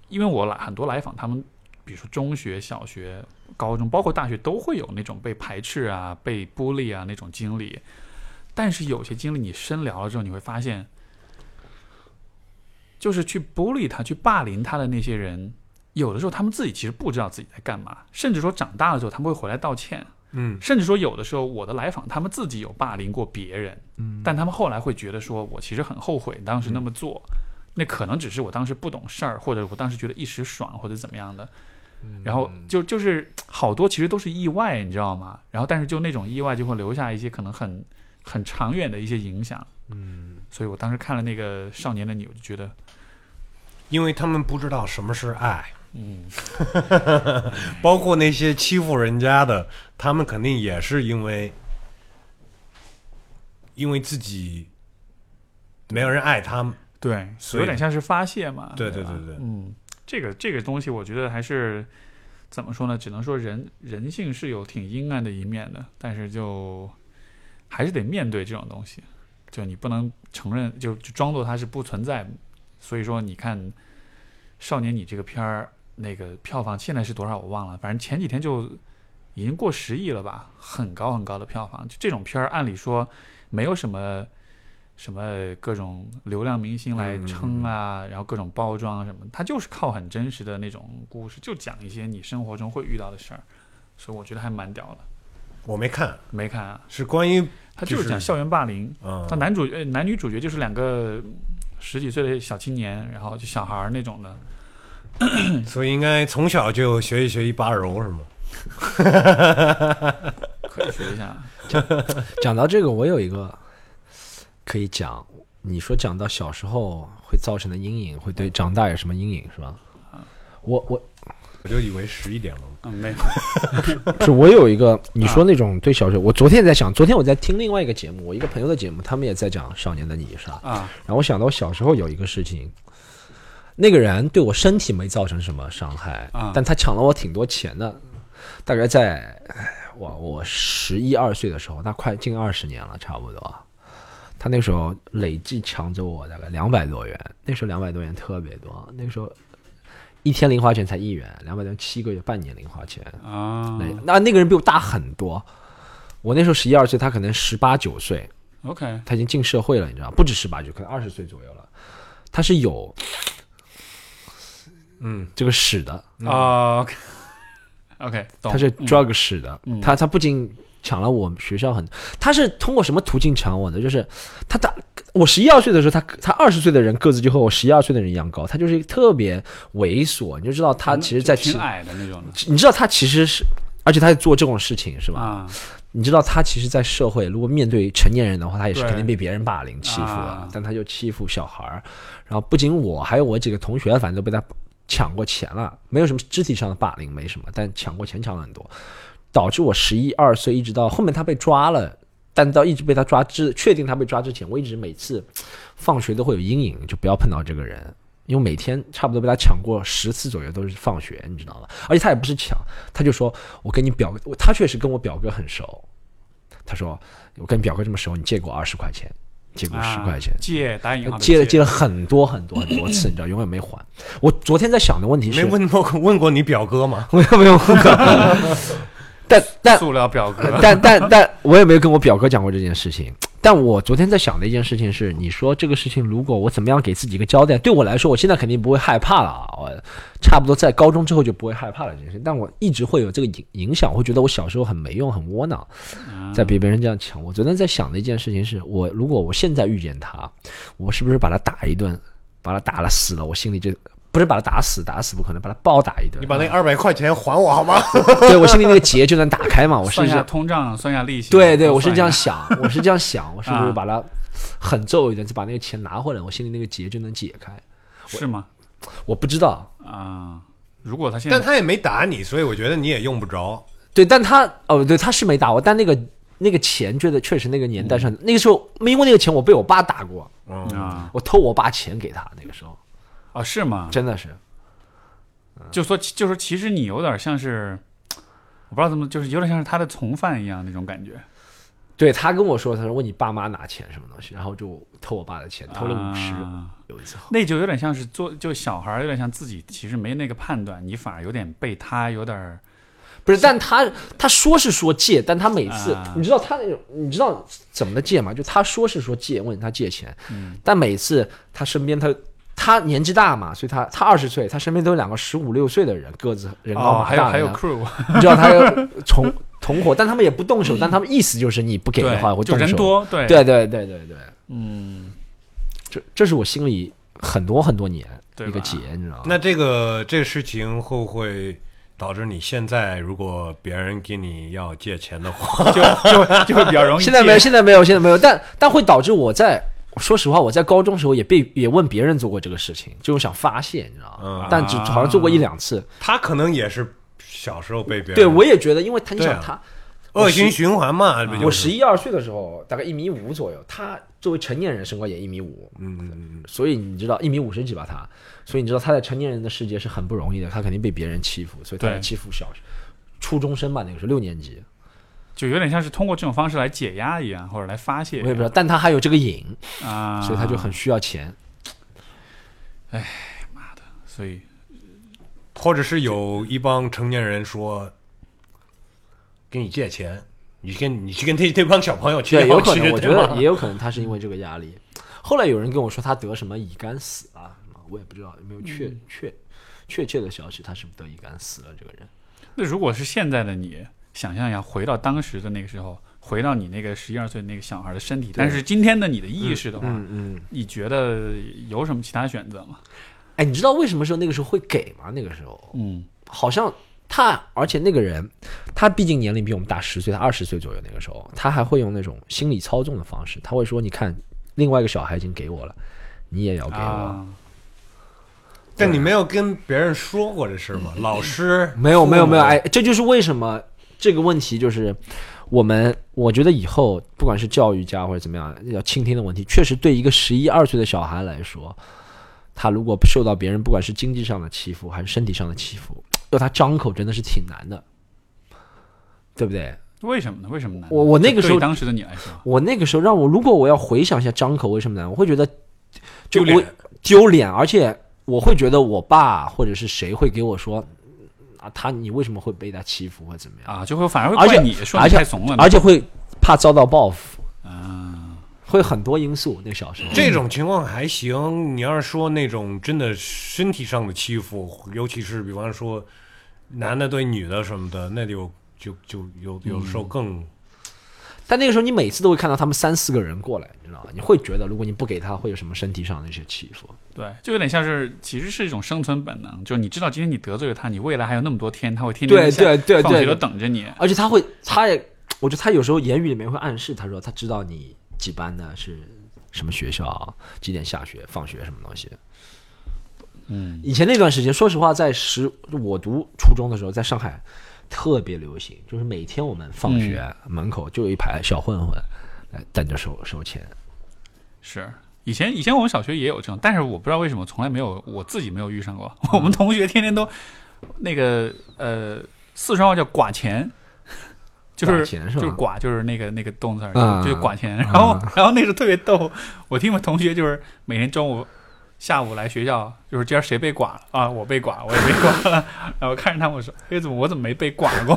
B: 因为我来很多来访，他们比如说中学、小学、高中，包括大学，都会有那种被排斥啊、被孤立啊那种经历。但是有些经历你深聊了之后，你会发现，就是去 bully 他、去霸凌他的那些人，有的时候他们自己其实不知道自己在干嘛，甚至说长大了之后他们会回来道歉，
C: 嗯，
B: 甚至说有的时候我的来访他们自己有霸凌过别人，嗯，但他们后来会觉得说我其实很后悔当时那么做，那可能只是我当时不懂事儿，或者我当时觉得一时爽或者怎么样的。然后就就是好多其实都是意外，你知道吗？然后但是就那种意外就会留下一些可能很很长远的一些影响，嗯。所以我当时看了那个《少年的你》，我就觉得，
C: 因为他们不知道什么是爱，
B: 嗯，
C: 包括那些欺负人家的，他们肯定也是因为因为自己没有人爱他们。
B: 对，
C: 所以
B: 有点像是发泄嘛。
C: 对对
B: 吧
C: 对对
B: 嗯，这个这个东西，我觉得还是怎么说呢？只能说人人性是有挺阴暗的一面的，但是就还是得面对这种东西，就你不能承认，就就装作它是不存在。所以说，你看《少年你》这个片儿，那个票房现在是多少我忘了，反正前几天就已经过十亿了吧，很高很高的票房。就这种片儿，按理说没有什么什么各种流量明星来撑啊，然后各种包装啊什么，它就是靠很真实的那种故事，就讲一些你生活中会遇到的事儿，所以我觉得还蛮屌的。
C: 我没看，
B: 没看啊，
C: 是关于
B: 它就
C: 就是是
B: 讲校园霸凌，
C: 嗯
B: 他，男主呃男女主角就是两个嗯十几岁的小青年，然后就小孩儿那种的，
C: 所以应该从小就学一学一八柔是吗？
B: 可以学一下。
D: 讲到这个，我有一个可以讲，你说讲到小时候会造成的阴影，会对长大有什么阴影是吧？我我
C: 我就以为十一点了。
B: 嗯，没有。
D: 是我有一个，你说那种对小时候，我昨天在想，昨天我在听另外一个节目，我一个朋友的节目，他们也在讲《少年的你》是吧？
B: 啊，
D: 然后我想到我小时候有一个事情，那个人对我身体没造成什么伤害，
B: 啊
D: 但他抢了我挺多钱的，大概在哎我我十一二岁的时候，那快近二十年了，差不多。他那时候累计抢走我大概两百多元，那时候两百多元特别多，那个时候一天零花钱才一元，两百多元七个月半年零花钱，
B: 啊
D: 那嗯那那个人比我大很多，我那时候十一二岁，他可能十八九岁，
B: ，OK，
D: 他已经进社会了，你知道，不止十八九，可能二十岁左右了，他是有
C: 嗯，
D: 这个史的，
B: 啊，OK，OK，懂。
D: 他是 drug 史的，
B: 嗯
D: 他他不仅抢了我们学校很，他是通过什么途径抢我的？就是他大我十一二岁的时候，他他二十岁的人个子就和我十一二岁的人一样高，他就是一个特别猥琐，你就知道他
B: 嗯
D: 其实在
B: 就
D: 其
B: 挺矮的那种的
D: 你知道他其实是，而且他在做这种事情是吧？
B: 啊，
D: 你知道他其实，在社会如果面对成年人的话，他也是
B: 对
D: 肯定被别人霸凌欺负
B: 啊
D: 的，但他就欺负小孩儿。然后不仅我，还有我几个同学，反正都被他抢过钱了，没有什么肢体上的霸凌，没什么，但抢过钱抢了很多，导致我十一二岁一直到后面他被抓了。但到一直被他抓之，确定他被抓之前，我一直每次放学都会有阴影，就不要碰到这个人，因为每天差不多被他抢过十次左右，都是放学，你知道吗？而且他也不是抢，他就说我跟你表哥，我他确实跟我表哥很熟，他说我跟表哥这么熟，你借给我二十块钱，借给我十
B: 啊
D: 块钱，
B: 借打引号
C: 啊
B: 的
D: 借了借了很多很多很多次，你知道，永远没还。我昨天在想的问题
C: 没
D: 是，
C: 问过问过你表哥吗？
D: 我也没有问过， 但但哎
B: 塑料表 格
D: 但但但我也没有跟我表哥讲过这件事情。但我昨天在想的一件事情是，你说这个事情如果我怎么样给自己一个交代，对我来说，我现在肯定不会害怕了啊。我差不多在高中之后就不会害怕了这件事，但我一直会有这个影影响，会觉得我小时候很没用、很窝囊，在被别人这样抢。我昨天在想的一件事情是，我如果我现在遇见他，我是不是把他打一顿，把他打了死了，我心里就不是把他打死，打死不可能，把他暴打一顿。
C: 你把那二百块钱还我好吗？
D: 对我心里那个结就能打开嘛？我是
B: 算
D: 不
B: 一
D: 是
B: 下通胀，算一下利息。
D: 对对，
B: 都
D: 我是
B: 算一
D: 这样
B: 下。
D: 想，我是这样想，我是不
B: 啊
D: 是把它狠揍一顿，就把那个钱拿回来，我心里那个结就能解开？
B: 是吗？
D: 我不知道，
B: 啊，如果他现
C: 但
B: 在
C: 他也没打你，所以我觉得你也用不着。
D: 对，但他哦，对，他是没打我，但那个那个钱，觉得确实那个年代上，那个时候因为那个钱，我被我爸打过，
B: 啊
D: 我偷我爸钱给他，那个时候
B: 啊是吗？
D: 真的是
B: 就说就说，其实你有点像是，我不知道怎么，就是有点像是他的从犯一样那种感觉。
D: 对他跟我说，他说问你爸妈拿钱什么东西，然后就偷我爸的钱，偷了五十、
B: 啊
D: 有一次。
B: 那就有点像是做，就小孩儿有点像自己其实没那个判断，你反而有点被他有点儿
D: 不是，但他他说是说借，但他每次、
B: 啊
D: 你知道他那种你知道怎么的借吗？就他说是说借，问他借钱，
B: 嗯
D: 但每次他身边他他年纪大嘛，所以他他二十岁，他身边都有两个十五六岁的人，个子人高
B: 哦，
D: 马
B: 还有
D: 大
B: 还
D: 的
B: 有
D: 呢，
B: crew，
D: 你知道他有 同同伙，但他们也不动手，但他们意思就是你不给的话
B: 嗯对，
D: 会
B: 就
D: 动
B: 人
D: 手，
B: 多，对
D: 对对对对对，
B: 嗯，
D: 这这是我心里很多很多年
B: 对
D: 一个
B: 吧
D: 结，你知道吗？
C: 那这个这个事情会不会导致你现在如果别人给你要借钱的话，
B: 就就就会比较容易
D: 现在没有，
B: 戒
D: 现在没有，现在没有，但但会导致我在说实话，我在高中时候也被也问别人做过这个事情，就是想发泄，你知道吗？
C: 嗯
D: 但只好像做过一两次。
C: 他可能也是小时候被别人
D: 对，我也觉得，因为他你
C: 对啊
D: 想他，
C: 恶性循环嘛。不就是啊
D: 我十一二岁的时候，大概一米五左右，他作为成年人身高也一米五，
C: 嗯嗯嗯
D: 所以你知道一米五十几吧他，所以你知道他在成年人的世界是很不容易的，他肯定被别人欺负，所以他
B: 对
D: 也欺负小初中生吧，那个时候六年级，
B: 就有点像是通过这种方式来解压一样，或者来发泄一
D: 我
B: 样。
D: 也不知道，但他还有这个瘾，
B: 啊，
D: 所以他就很需要钱。
B: 所以
C: 或者是有一帮成年人说嗯给你借钱，你去跟你去跟这这帮小朋友去要
D: 对，
C: 去，
D: 有可能，我觉
C: 对吧
D: 得也有可能他是因为这个压力。后来有人跟我说他得什么乙肝死了，我也不知道有没有确、确确切的消息，他是不是得乙肝死了？这个人
B: 那如果是现在的你，想象一下，回到当时的那个时候，回到你那个十一二岁那个小孩的身体，但是今天的你的意识的话，
D: 嗯，
B: 你觉得有什么其他选择吗？
D: 哎，你知道为什么说那个时候会给吗？那个时候
B: 嗯，
D: 好像他而且那个人，他毕竟年龄比我们大十岁，他二十岁左右那个时候，他还会用那种心理操纵的方式，他会说：“你看，另外一个小孩已经给我了，你也要给我。
B: 啊，
C: 但你没有跟别人说过这事儿吗？老师
D: 没有没有没有，
C: 父母
D: 哎，这就是为什么这个问题就是我们，我觉得以后不管是教育家或者怎么样，要倾听的问题，确实对一个十一二岁的小孩来说，他如果受到别人不管是经济上的欺负还是身体上的欺负，要他张口真的是挺难的，对不对？
B: 为什么呢？为什么难呢？
D: 我我那个时候
B: 对当时的你来说，
D: 我那个时候让我如果我要回想一下张口为什么难，我会觉得就
C: 丢脸
D: 我丢脸，而且我会觉得我爸或者是谁会给我说啊，他你为什么会被他欺负或者怎么样？
B: 啊，就会反而会
D: 而且
B: 怪你说
D: 而
B: 你
D: 且
B: 太怂了，
D: 而且会怕遭到报复，
B: 啊，
D: 会很多因素。那个小时候，
C: 这种情况还行，你要是说那种真的身体上的欺负，尤其是比方说男的对女的什么的，那就就就有有时候更
D: 但那个时候你每次都会看到他们三四个人过来，你知道吗？你会觉得如果你不给他，会有什么身体上的一些欺负。
B: 对，就有点像是其实是一种生存本能，就你知道今天你得罪了他，你未来还有那么多天，他会天天
D: 对
B: 在
D: 对对
B: 放学
D: 对
B: 都等着你。
D: 而且他会，他也，我觉得他有时候言语里面会暗示，他说他知道你几班的是什么学校，几点下学、放学什么东西。
B: 嗯，
D: 以前那段时间，说实话，在十我读初中的时候，在上海特别流行，就是每天我们放学、门口就有一排小混混来等着收收钱。
B: 是。以前以前我们小学也有这种，但是我不知道为什么从来没有我自己没有遇上过。
D: 嗯
B: 我们同学天天都那个呃，四川话叫“剐钱”，就
D: 剐
B: 是
D: 钱是吧
B: 就是“剐”，就是那个那个动词儿，
D: 啊
B: 就是“剐钱”。然后然后那时候特别逗，我听我同学就是每天中午下午来学校，就是今儿谁被剐了啊？我被剐，我也被剐了。 然后看着他们我说：“哎，怎么我怎么没被剐过？”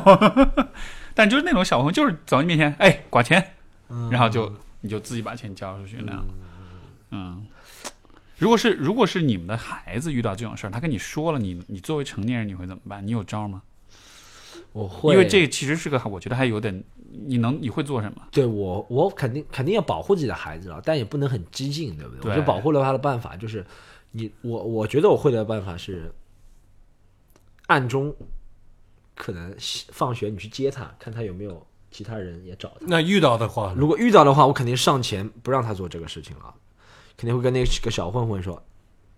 B: 但就是那种小朋友，就是走到你面前，哎，剐钱，
D: 嗯
B: 然后就你就自己把钱交出去那样。嗯，如果是如果是你们的孩子遇到这种事儿，他跟你说了，你你作为成年人你会怎么办？你有招吗？
D: 我会，
B: 因为这其实是个，我觉得还有点，你能你会做什么？
D: 对我，我肯定肯定要保护自己的孩子了，但也不能很激进，对不对？
B: 对
D: 我就保护了他的办法就是，你我我觉得我会的办法是，暗中可能放学你去接他，看他有没有其他人也找他。
C: 那遇到的话，
D: 如果遇到的话，我肯定上前不让他做这个事情了，肯定会跟那个小混混说：“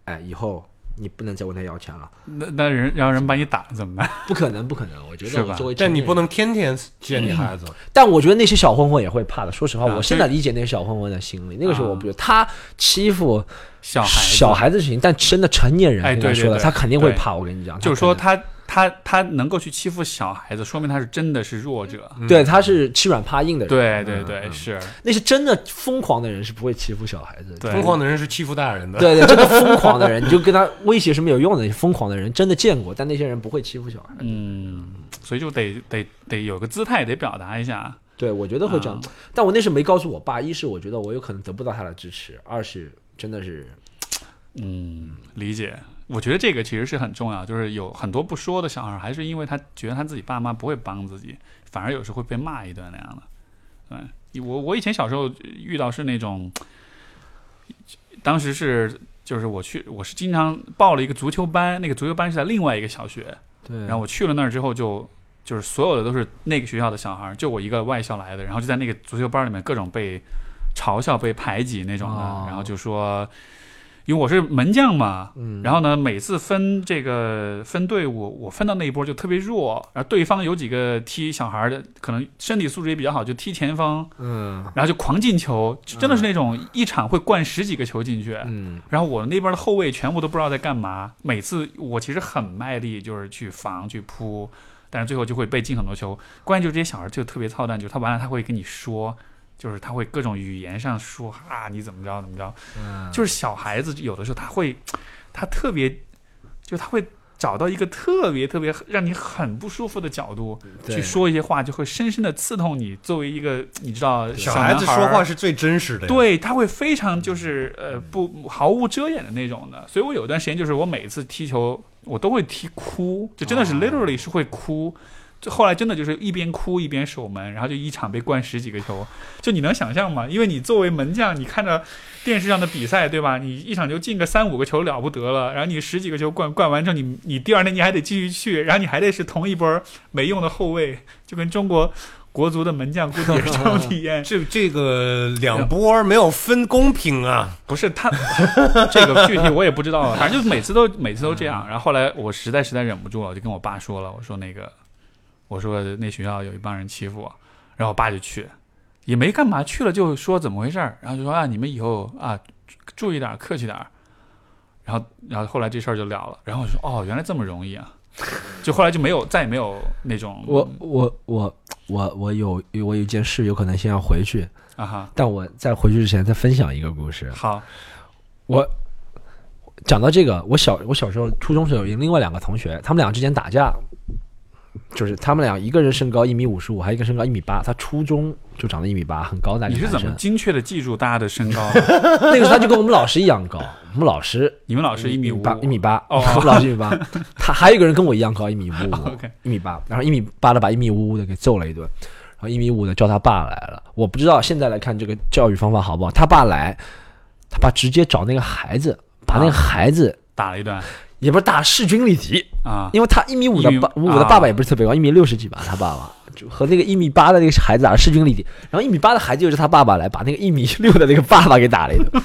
D: 哎，以后你不能再问他要钱了。
B: 那那人让人把你打了怎么办？”
D: 不可能，不可能！我觉
B: 是
D: 得我
B: 吧
D: 作为成
C: 但
D: 年
C: 你
D: 人
C: 不，能天天见你孩子，
D: 嗯但我觉得那些小混混也会怕的。说实话，
B: 啊
D: 我现在理解那些小混混的心理。那个时候我
B: 啊
D: 不觉得他欺负
B: 小孩子，
D: 小孩子事情，但真的成年人
B: 哎
D: 跟他
B: 对
D: 说
B: 对
D: 的，
B: 对
D: 他肯定会
B: 对
D: 怕。我跟你讲，
B: 就是
D: 他
B: 说
D: 肯
B: 他他他能够去欺负小孩子，说明他是真的是弱者。
D: 定对他是欺软怕硬的人。
B: 嗯对
D: 嗯
B: 对对，，是
D: 那些真的疯狂的人是不会欺负小孩子的。
B: 对
C: 疯狂的人是欺负大人的。
D: 对对，真的疯狂的人，你就跟他威胁是没有用的。疯狂的人真的见过，但那些人不会欺负小孩。
B: 嗯，所以就得得得有个姿态，得表达一下。
D: 对，我觉得会这
B: 啊
D: 样。但我那时候没告诉我爸，一是我觉得我有可能得不到他的支持，二是真的是
B: 嗯，理解。我觉得这个其实是很重要，就是有很多不说的小孩，还是因为他觉得他自己爸妈不会帮自己，反而有时候会被骂一顿那样的。对，我我以前小时候遇到是那种，当时是就是我去，我是经常报了一个足球班，那个足球班是在另外一个小学，
D: 对。
B: 然后我去了那儿之后就。就是所有的都是那个学校的小孩，就我一个外校来的，然后就在那个足球班里面各种被嘲笑、被排挤那种的，
D: 哦
B: 然后就说，因为我是门将嘛，
D: 嗯，
B: 然后呢，每次分这个分队伍，我分到那一波就特别弱，然后对方有几个踢小孩的，可能身体素质也比较好，就踢前锋，
D: 嗯
B: 然后就狂进球，就真的是那种一场会灌十几个球进去。
D: 嗯
B: 然后我那边的后卫全部都不知道在干嘛，每次我其实很卖力，就是去防去扑，但是最后就会被进很多球。关键就是这些小孩就特别操蛋，就是他完了他会跟你说，就是他会各种语言上说啊你怎么着怎么着，
D: 嗯，
B: 就是小孩子有的时候他会，他特别，就他会找到一个特别特别让你很不舒服的角度
D: 对
B: 去说一些话，就会深深的刺痛你。作为一个你知道
C: 小
B: 男
C: 孩子
B: 儿
C: 说话，是最真实的。，。
B: 对他会非常就是呃不毫无遮掩的那种的。所以我有段时间就是我每次踢球我都会踢哭，就真的是 literally 是会哭。就后来真的就是一边哭一边守门，然后就一场被灌十几个球，就你能想象吗？因为你作为门将，你看着电视上的比赛，对吧？你一场就进个三五个球了不得了，然后你十几个球灌灌完之后，你你第二天你还得继续去，然后你还得是同一波儿没用的后卫，就跟中国国足的门将估计也是这种体验
C: 这这个两波没有分公平啊，
B: 不是他 这个具体我也不知道啊，反正就是每次都每次都这
D: 嗯
B: 样。然后后来我实在实在忍不住了，我就跟我爸说了，我说那个，我说那学校有一帮人欺负我，然后我爸就去，也没干嘛，去了就说怎么回事儿，然后就说啊你们以后啊注意点儿，客气点儿。然后然后后来这事儿就了了，然后我说哦原来这么容易啊，就后来就没有再也没有那种
D: 我我我我我有我有一件事，有可能先要回去，
B: 啊哈
D: 但我在回去之前再分享一个故事。
B: 好
D: 我讲到这个，我小我小时候初中时候有另外两个同学，他们俩之间打架，就是他们俩一个人身高一米五十五，还有一个身高一米八，他初中就长到一米八，很高的
B: 你
D: 一个男
B: 是怎么
D: 生。
B: 精确的记住大家的身高 的？
D: 那个时候他就跟我们老师一样高，我们老师
B: 你们老师一米五
D: 八一米八，
B: 哦
D: 我们老师一米八，他还有一个人跟我一样高，一米五五
B: OK，
D: 一米八，然后一米八的把一米五五的给揍了一顿，然后一米五的叫他爸来了，我不知道现在来看这个教育方法好不好，他爸来，他爸直接找那个孩子，把那个孩子。
B: 打了一段
D: 也不是打势均力敌，
B: 啊。
D: 因为他一米五的
B: 一米
D: 爸，
B: 五
D: 五的爸爸
B: 啊
D: 也不是特别高，一米六十几吧，他爸爸就和那个一米八的那个孩子打势均力敌，然后一米八的孩子又是他爸爸来把那个一米六的那个 爸爸给打了一顿，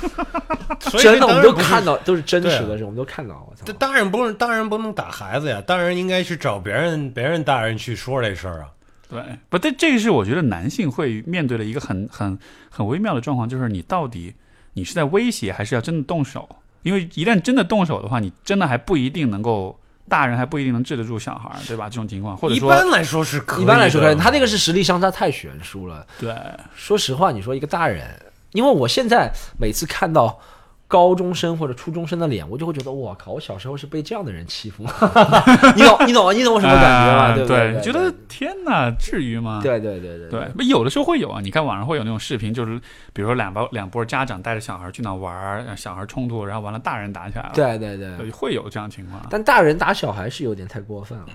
E: 所以
D: 真的，
E: 当
D: 我
E: 然
D: 们都
E: 不是
D: 看到，都是真
E: 对啊
D: 实的，是我们都看到。我操
C: 这！当然不能，当然不能打孩子呀，当然应该去找别人别人大人去说这事儿啊。
B: 对，不，但这个是我觉得男性会面对的一个很很很微妙的状况，就是你到底你是在威胁，还是要真的动手？因为一旦真的动手的话，你真的还不一定能够，大人还不一定能治得住小孩儿，对吧？这种情况，或者
C: 一
B: 说，
C: 般来说是可以
D: 一
C: 的，
D: 般来说，可以他那个是实力相差太悬殊了。
B: 对，
D: 说实话，你说一个大人，因为我现在每次看到高中生或者初中生的脸，我就会觉得，我靠，我小时候是被这样的人欺负。 你懂，你懂，你懂我什么感觉吗？
B: 啊
D: 对
B: 对
D: 不对？对
B: 觉得天哪，至于吗？
D: 对对对对
B: 对，不有的时候会有啊。你看网上会有那种视频，就是比如说两波两波家长带着小孩去那玩儿，让小孩冲突，然后完了大人打起来了，
D: 对对对
B: 对，
D: 对。
B: 会有这样的情 况。啊
D: 但大人打小孩是有点太过分了。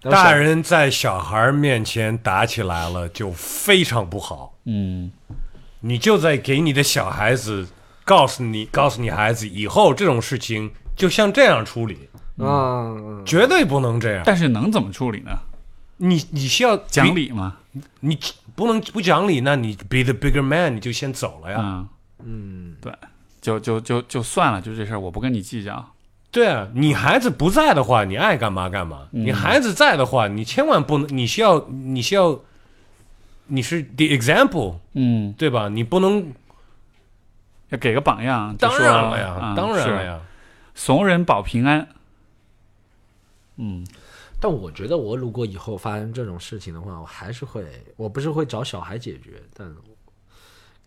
C: 大人在小孩面前打起来了就非常不好，
B: 嗯，
C: 你就在给你的小孩子告诉你告诉你孩子以后这种事情就像这样处理，
D: 啊，嗯
C: 绝对不能这样。
B: 但是能怎么处理呢？
C: 你你需要
B: 讲，理吗？
C: 你不能不讲理，那你 be the bigger man，你就先走了呀。
B: 嗯，嗯，对，就就就就算了，就这事儿，我不跟你计较。
C: 对啊，你孩子不在的话，你爱干嘛干嘛；
B: 嗯
C: 你孩子在的话，你千万不能，你需要，你需要，你是 the example，
B: 嗯，
C: 对吧？你不能，
B: 要给个榜样。就
C: 当
B: 说
C: 然了呀
B: 啊，
C: 当然了，呀。
B: 是怂人保平 安。嗯，
D: 但我觉得，我如果以后发生这种事情的话，我还是会，我不是会找小孩解决，但我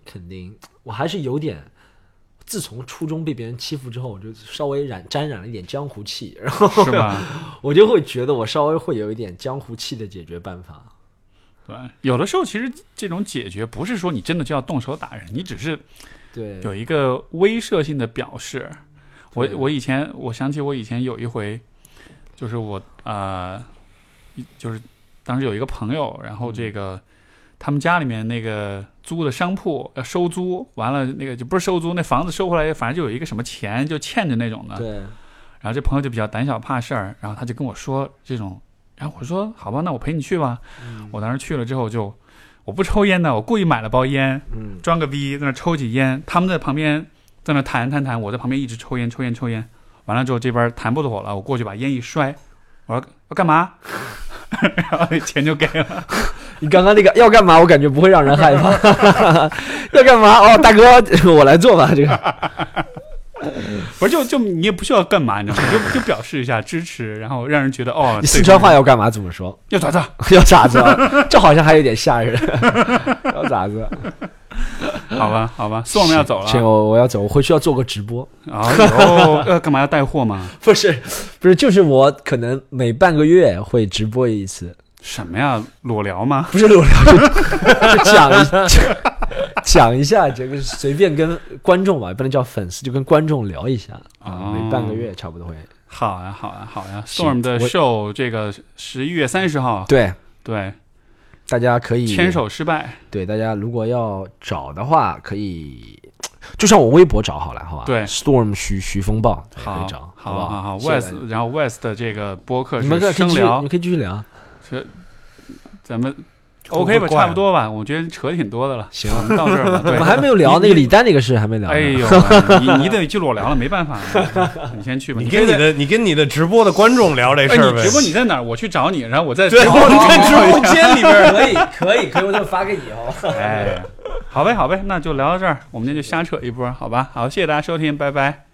D: 肯定我还是有点。自从初中被别人欺负之后，我就稍微染沾染了一点江湖气，然 后
B: 是吧？
D: 我就会觉得我稍微会有一点江湖气的解决办法。
B: 对，有的时候其实这种解决不是说你真的就要动手打人，你只是
D: 对，
B: 有一个威慑性的表示。我
D: 对
B: 我以前我想起我以前有一回，就是我呃，一就是当时有一个朋友，然
D: 嗯
B: 后这个他们家里面那个租的商铺要收租，完了那个就不是收租，那房子收回来，反正就有一个什么钱就欠着那种的。
D: 对，
B: 然后这朋友就比较胆小怕事儿，然后他就跟我说这种，然后我说好吧，那我陪你去吧。
D: 嗯
B: 我当时去了之后就，我不抽烟的，我故意买了包烟，
D: 嗯
B: 装个逼在那抽起烟，他们在旁边在那谈谈谈，我在旁边一直抽烟抽烟抽烟，完了之后这边谈不妥了，我过去把烟一摔，我说要干嘛？ 然后那钱就给了，
D: 你刚刚那个要干嘛？我感觉不会让人害 怕。要干嘛？哦，大哥，我来做吧。这
B: 啊
D: 个，
B: 不是就就你也不需要干嘛，你知道吗？就就表示一下支持，然后让人觉得哦，
D: 你
B: 对
D: 四川话要干嘛？怎么说？
B: 要咋咋？
D: 要咋子啊？这好像还有点吓人。 要咋子啊？
B: 好吧好吧，算我们要走了
D: 行，
B: 啊，
D: 我我要走，我回去要做个直播。
B: 哎呦，要干嘛要带货嘛？
D: 不是，不是，就是我可能每半个月会直播一次，
B: 什么呀？裸聊吗？
D: 不是裸聊，就就讲一讲一下这个，随便跟观众吧，不能叫粉丝，就跟观众聊一下啊，每半个月差不多会。
B: 好呀，好呀，好呀
D: 行
B: ！Storm 的
D: 我
B: show 这个十一月三十号，
D: 对，
B: 对，
D: 大家可以
B: 牵手失败，
D: 对，大家如果要找的话，可以就上我微博找好了，好吧？
B: 对
D: ，Storm 徐徐风暴对可
B: 好
D: 以找，，
B: 好
D: 不
B: 好好
D: 谢谢大
B: ，West，
D: 家
B: 然后 West 的这个播客
D: 你们可以
B: 是
D: 继
B: 生
D: 续，
B: 聊
D: 你，可以继续聊。
B: 是咱们
C: 会不
B: OK 吧，
C: 会怪
B: 差不多吧，我觉得扯挺多的了，
D: 行
B: 我们到这儿吧，
D: 我
B: 对
D: 们。还没有聊那个李丹那个事，还没聊呢。
B: 哎呦，你你得去裸聊了，没办法， 你先去吧。
C: 你
B: 可以
C: 跟你
B: 在
C: 的你跟你的直播的观众聊这
B: 哎，
C: 事儿呗。
B: 你直播你在哪儿？我去找你，然后我再
C: 对，
B: 哦
C: 我在直播间里边。
D: 可以可以可以，我就发给你哦。
B: 哎，好呗好呗，那就聊到这儿，我们今天就瞎扯一波，好吧？好，谢谢大家收听，拜拜。